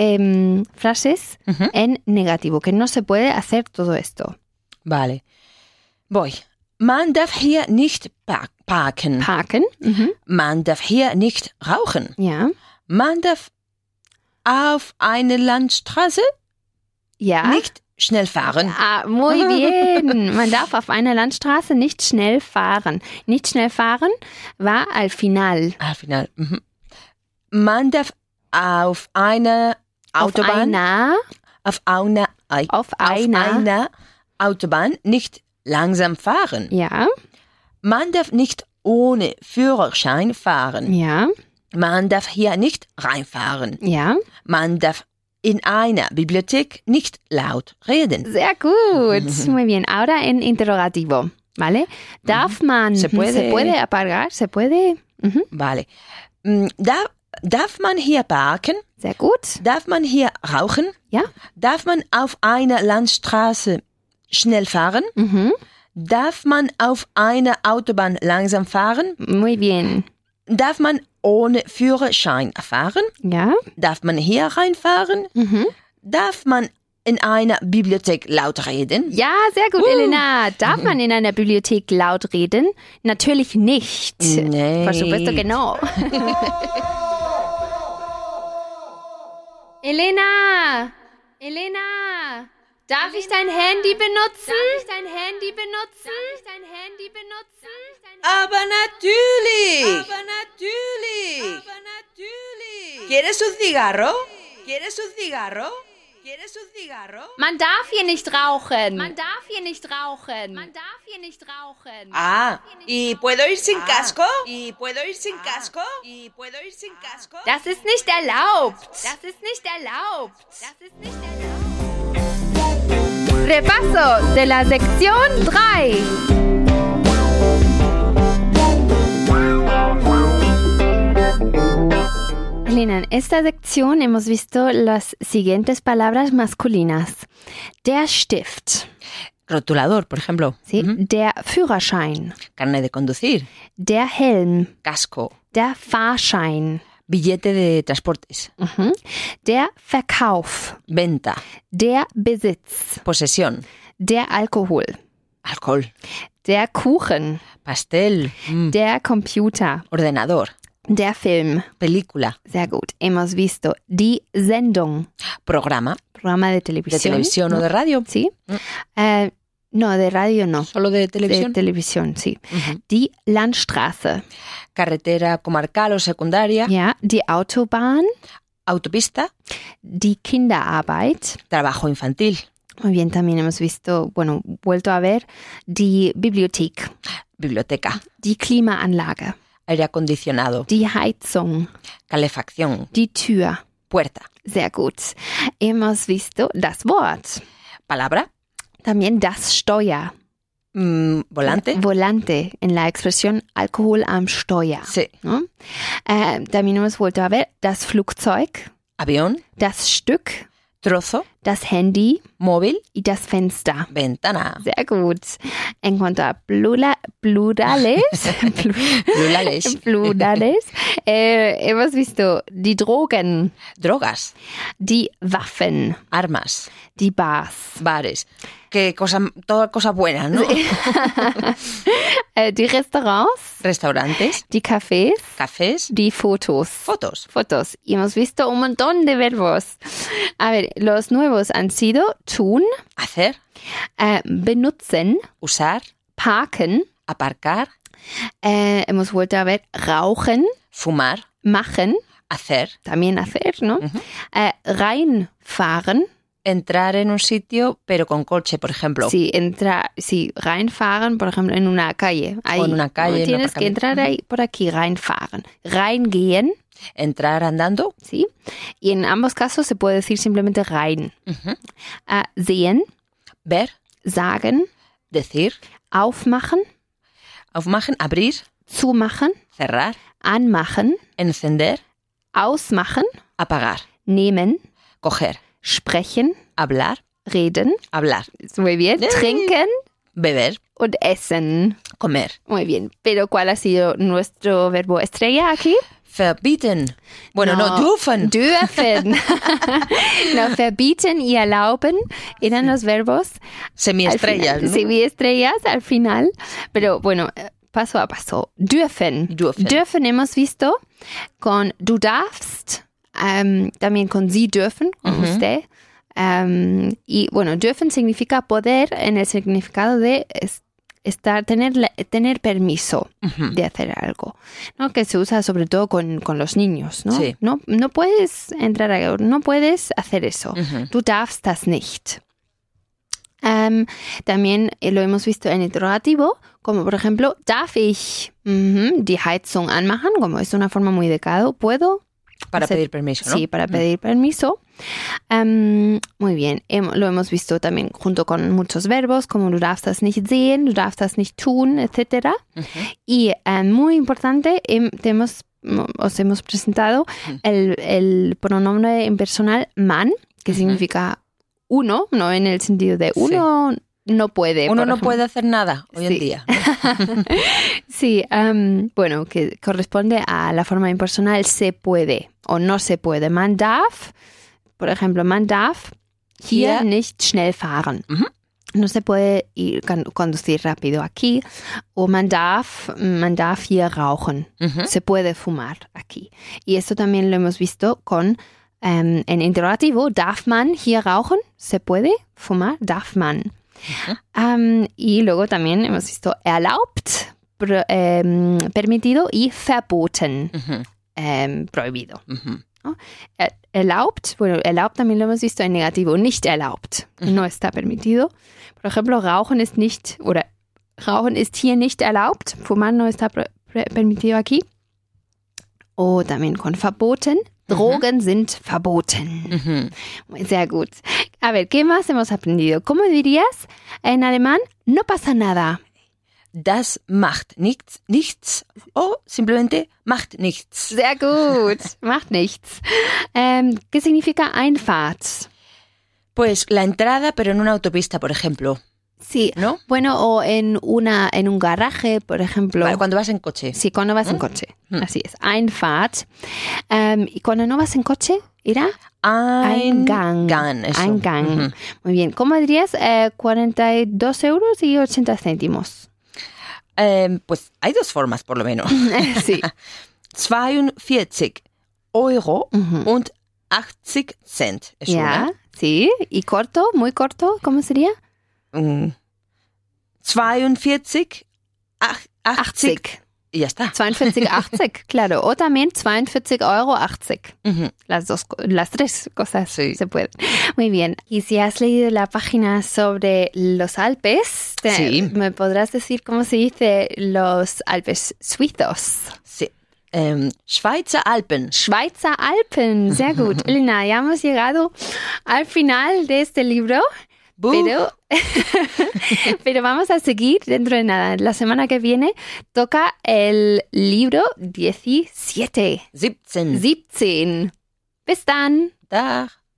Speaker 1: em, frases
Speaker 3: Ujú.
Speaker 1: en negativo, que no se puede hacer todo esto.
Speaker 3: Vale. Boy. Man darf hier nicht par parken.
Speaker 1: Parken, ujú,
Speaker 3: Man darf hier nicht rauchen.
Speaker 1: ya,
Speaker 3: Man darf auf eine Landstraße
Speaker 1: ya.
Speaker 3: nicht schnell fahren.
Speaker 1: Ah, muy bien. Man darf auf einer Landstraße nicht schnell fahren. Nicht schnell fahren war al final.
Speaker 3: Ah, final. Mhm. Man darf auf einer Autobahn, auf einer, ei-
Speaker 1: Auf
Speaker 3: auf
Speaker 1: einer. Auf einer.
Speaker 3: einer Autobahn nicht langsam fahren.
Speaker 1: Ja,
Speaker 3: Man darf nicht ohne Führerschein fahren.
Speaker 1: ja,
Speaker 3: Man darf hier nicht reinfahren.
Speaker 1: ja.
Speaker 3: Man darf in einer Bibliothek nicht laut reden.
Speaker 1: Sehr gut.
Speaker 3: Mhm.
Speaker 1: Muy bien. Ahora en interrogativo, ¿vale? Darf man,
Speaker 3: Se puede.
Speaker 1: se puede apagar, se puede. Ujú.
Speaker 3: Vale. Mm, Darf, darf man hier parken?
Speaker 1: Sehr gut.
Speaker 3: Darf man hier rauchen?
Speaker 1: Ja.
Speaker 3: Darf man auf einer Landstraße schnell fahren?
Speaker 1: Ujú.
Speaker 3: Darf man auf einer Autobahn langsam fahren?
Speaker 1: Muy bien.
Speaker 3: Darf man ohne Führerschein fahren?
Speaker 1: Ja.
Speaker 3: Darf man hier reinfahren?
Speaker 1: Ujú.
Speaker 3: Darf man in einer Bibliothek laut reden?
Speaker 1: Ja, sehr
Speaker 3: Uh.
Speaker 1: gut, Elena. Darf man in einer Bibliothek laut reden? Natürlich nicht.
Speaker 3: Nee.
Speaker 1: Por supuesto que no. Elena! Elena! Darf ich dein Handy benutzen? Darf ich dein Handy benutzen? Darf ich dein Handy benutzen?
Speaker 3: Aber natürlich. Aber natürlich. Aber natürlich. ¿Quieres un cigarro? ¿Quieres un cigarro? ¿Quieres un cigarro?
Speaker 1: Man darf hier nicht rauchen. Man darf hier nicht rauchen. Man darf hier nicht rauchen.
Speaker 3: Ah, ¿y puedo ir sin casco? ¿Y puedo ir sin casco? Ah. ¿Y puedo ir sin casco?
Speaker 1: Das ist nicht erlaubt. Das ist nicht erlaubt. Das ist nicht erlaubt. Repaso de la sección 3. Elena, en esta sección hemos visto las siguientes palabras masculinas. Der Stift,
Speaker 3: Rotulador, por ejemplo.
Speaker 1: ¿sí?
Speaker 3: Ujú.
Speaker 1: der Führerschein,
Speaker 3: Carnet de conducir.
Speaker 1: der Helm,
Speaker 3: Casco.
Speaker 1: der Fahrschein,
Speaker 3: Billete de transportes.
Speaker 1: mhm, der Verkauf,
Speaker 3: Venta.
Speaker 1: der Besitz,
Speaker 3: Posesión.
Speaker 1: der Alkohol,
Speaker 3: Alcohol.
Speaker 1: der Kuchen,
Speaker 3: Pastel. mm,
Speaker 1: der Computer,
Speaker 3: Ordenador.
Speaker 1: der Film.
Speaker 3: Película.
Speaker 1: Sehr gut. Hemos visto die Sendung.
Speaker 3: Programa.
Speaker 1: Programa de
Speaker 3: De
Speaker 1: televisión.
Speaker 3: televisión o de radio.
Speaker 1: Sí.
Speaker 3: Mm.
Speaker 1: Eh, no, de radio no.
Speaker 3: Solo de
Speaker 1: De
Speaker 3: televisión. Mm.
Speaker 1: televisión, sí.
Speaker 3: Ujú.
Speaker 1: Die Landstraße.
Speaker 3: Carretera comarcal o secundaria.
Speaker 1: Ja, die Autobahn,
Speaker 3: Autopista.
Speaker 1: die Kinderarbeit.
Speaker 3: Trabajo infantil.
Speaker 1: Muy bien, también hemos visto, bueno, vuelto a ver, die Bibliothek,
Speaker 3: Biblioteca.
Speaker 1: die Klimaanlage,
Speaker 3: Aire acondicionado.
Speaker 1: die Heizung,
Speaker 3: Calefacción.
Speaker 1: die Tür.
Speaker 3: Puerta.
Speaker 1: Sehr gut. Hemos visto das Wort.
Speaker 3: Palabra.
Speaker 1: También das Steuer.
Speaker 3: mm, volante.
Speaker 1: Eh, Volante en la expresión Alkohol am Steuer.
Speaker 3: Sí.
Speaker 1: ¿no? Eh, también hemos vuelto a ver das Flugzeug,
Speaker 3: Avión.
Speaker 1: das Stück,
Speaker 3: Trozo.
Speaker 1: das Handy
Speaker 3: Móvil.
Speaker 1: y das Fenster.
Speaker 3: Ventana.
Speaker 1: Sehr gut. En cuanto a plula- plurales, plu-
Speaker 3: Plurales.
Speaker 1: plurales eh, hemos visto die Drogen,
Speaker 3: Drogas.
Speaker 1: die Waffen,
Speaker 3: Armas.
Speaker 1: die Bars,
Speaker 3: Bares. Que cosa, toda cosa buena, ¿no?
Speaker 1: eh, die Restaurants,
Speaker 3: Restaurantes.
Speaker 1: die Cafés,
Speaker 3: Cafés.
Speaker 1: die Fotos.
Speaker 3: Fotos.
Speaker 1: fotos y hemos visto un montón de verbos. A ver, los nuevos han sido tun,
Speaker 3: Hacer.
Speaker 1: eh, benutzen,
Speaker 3: Usar.
Speaker 1: parken,
Speaker 3: Aparcar.
Speaker 1: eh, hemos vuelto a ver rauchen,
Speaker 3: Fumar.
Speaker 1: machen,
Speaker 3: Hacer.
Speaker 1: también hacer, ¿no? Eh, reinfahren,
Speaker 3: Entrar en un sitio, pero con coche, por ejemplo.
Speaker 1: si entra, si reinfahren, por ejemplo, en una calle. Ahí,
Speaker 3: una calle, en un
Speaker 1: Tienes que
Speaker 3: aparcamiento.
Speaker 1: entrar ahí, por aquí, reinfahren, reingehen,
Speaker 3: Entrar andando.
Speaker 1: ¿sí? Y en ambos casos se puede decir simplemente rein.
Speaker 3: Ujú.
Speaker 1: Eh, sehen,
Speaker 3: Ver.
Speaker 1: sagen,
Speaker 3: Decir.
Speaker 1: aufmachen,
Speaker 3: Aufmachen. Abrir.
Speaker 1: zumachen,
Speaker 3: Cerrar.
Speaker 1: anmachen,
Speaker 3: Encender.
Speaker 1: ausmachen,
Speaker 3: Apagar.
Speaker 1: nehmen,
Speaker 3: Coger.
Speaker 1: sprechen,
Speaker 3: Hablar.
Speaker 1: reden,
Speaker 3: Hablar.
Speaker 1: muy bien,
Speaker 3: Yay.
Speaker 1: trinken
Speaker 3: Beber.
Speaker 1: und essen.
Speaker 3: Comer.
Speaker 1: Muy bien, pero ¿cuál ha sido nuestro verbo estrella aquí?
Speaker 3: Verbieten. Bueno, no,
Speaker 1: No.
Speaker 3: dürfen.
Speaker 1: Dürfen. no, verbieten y erlauben eran los verbos.
Speaker 3: Semiestrellas, ¿no?
Speaker 1: Sí, vi estrellas al final, pero bueno, eh, paso a paso. Dürfen.
Speaker 3: Dürfen.
Speaker 1: Dürfen hemos visto con du darfst, ähm, también con sie dürfen, con usted. Ähm, y bueno, dürfen significa poder en el significado de es- estar, tener, la- tener permiso
Speaker 3: Ujú.
Speaker 1: de hacer algo, ¿no? Que se usa sobre todo con, con los niños, ¿no?
Speaker 3: Sí.
Speaker 1: No, no puedes entrar, a- no puedes hacer eso.
Speaker 3: Ujú.
Speaker 1: Du darfst das nicht. Ähm, también eh, lo hemos visto en interrogativo, como por ejemplo, darf ich mhm, die Heizung anmachen, como es una forma muy decado, puedo,
Speaker 3: Para
Speaker 1: Hacer-
Speaker 3: pedir permiso, ¿no?
Speaker 1: sí, para pedir permiso. Ähm, muy bien, Hem- lo hemos visto también junto con muchos verbos, como du darfst das nicht sehen, du darfst das nicht tun, etc.
Speaker 3: Ujú.
Speaker 1: Y eh, muy importante, hem- te hemos, mm, os hemos presentado el, el pronombre impersonal man, que
Speaker 3: Ujú.
Speaker 1: significa uno, no en el sentido de
Speaker 3: Sí.
Speaker 1: uno no puede.
Speaker 3: Uno
Speaker 1: por
Speaker 3: no
Speaker 1: ejemplo.
Speaker 3: puede hacer nada
Speaker 1: Sí.
Speaker 3: hoy en día. ¿no?
Speaker 1: Sí, em, bueno, que corresponde a la forma impersonal se puede o no se puede. Man darf, por ejemplo, man darf hier
Speaker 3: Hier.
Speaker 1: nicht schnell fahren.
Speaker 3: Ujú.
Speaker 1: No se puede ir, can- conducir rápido aquí. O man darf, man darf hier rauchen.
Speaker 3: Ujú.
Speaker 1: se puede fumar aquí. Y esto también lo hemos visto con Ähm, en interrogativo, ¿darf man hier rauchen? ¿Se puede fumar? ¿Darf man? Ähm, y luego también hemos visto erlaubt, pro- ähm, permitido y verboten,
Speaker 3: Ujú,
Speaker 1: ähm, prohibido.
Speaker 3: ujú.
Speaker 1: Er- Erlaubt, bueno, erlaubt también lo hemos visto en negativo, nicht erlaubt, no está permitido. Por ejemplo, rauchen ist nicht, oder rauchen ist hier nicht erlaubt, fumar no está pre- pre- permitido aquí. O también con verboten, Drogen sind verboten.
Speaker 3: Ujú.
Speaker 1: Sehr gut. A ver, ¿qué más hemos aprendido? ¿Cómo dirías en alemán? No pasa nada.
Speaker 3: Das macht nichts, nichts o simplemente macht nichts.
Speaker 1: Sehr gut. Macht nichts. Ähm, ¿Qué significa Einfahrt?
Speaker 3: Pues la entrada, pero en una autopista, por ejemplo,
Speaker 1: Sí.
Speaker 3: ¿no?
Speaker 1: Bueno, o en, una, en un garaje, por ejemplo.
Speaker 3: Vale, cuando Mm. vas en coche.
Speaker 1: Sí, cuando vas en coche. Así es. Einfahrt. Ähm, y cuando no vas en coche, era Eingang.
Speaker 3: Gang, eso.
Speaker 1: Eingang.
Speaker 3: Ujú.
Speaker 1: Muy bien. ¿Cómo dirías eh, 42 euros y 80 céntimos?
Speaker 3: Eh, pues hay dos formas, por lo menos.
Speaker 1: sí.
Speaker 3: 42 Euro
Speaker 1: Mhm.
Speaker 3: und 80 Cent. Es
Speaker 1: Ja, sí. ¿Y corto? ¿Muy corto? ¿Cómo sería?
Speaker 3: una. Mm. 42, ach- 80,
Speaker 1: 80.
Speaker 3: y ya está.
Speaker 1: 42, 80, claro. O también 42 euro 80.
Speaker 3: Ujú.
Speaker 1: Las dos, co- las tres cosas
Speaker 3: Sí.
Speaker 1: se pueden. Muy bien. Y si has leído la página sobre los Alpes, te-
Speaker 3: Sí.
Speaker 1: me podrás decir cómo se dice los Alpes suizos.
Speaker 3: Sí. Em, Schweizer Alpen.
Speaker 1: Schweizer Alpen. Sehr gut. Elena, ya hemos llegado al final de este libro.
Speaker 3: Buh.
Speaker 1: Pero, pero vamos a seguir dentro de nada. La semana que viene toca el libro 17.
Speaker 3: 17.
Speaker 1: 17. Bis dann.
Speaker 3: Tag.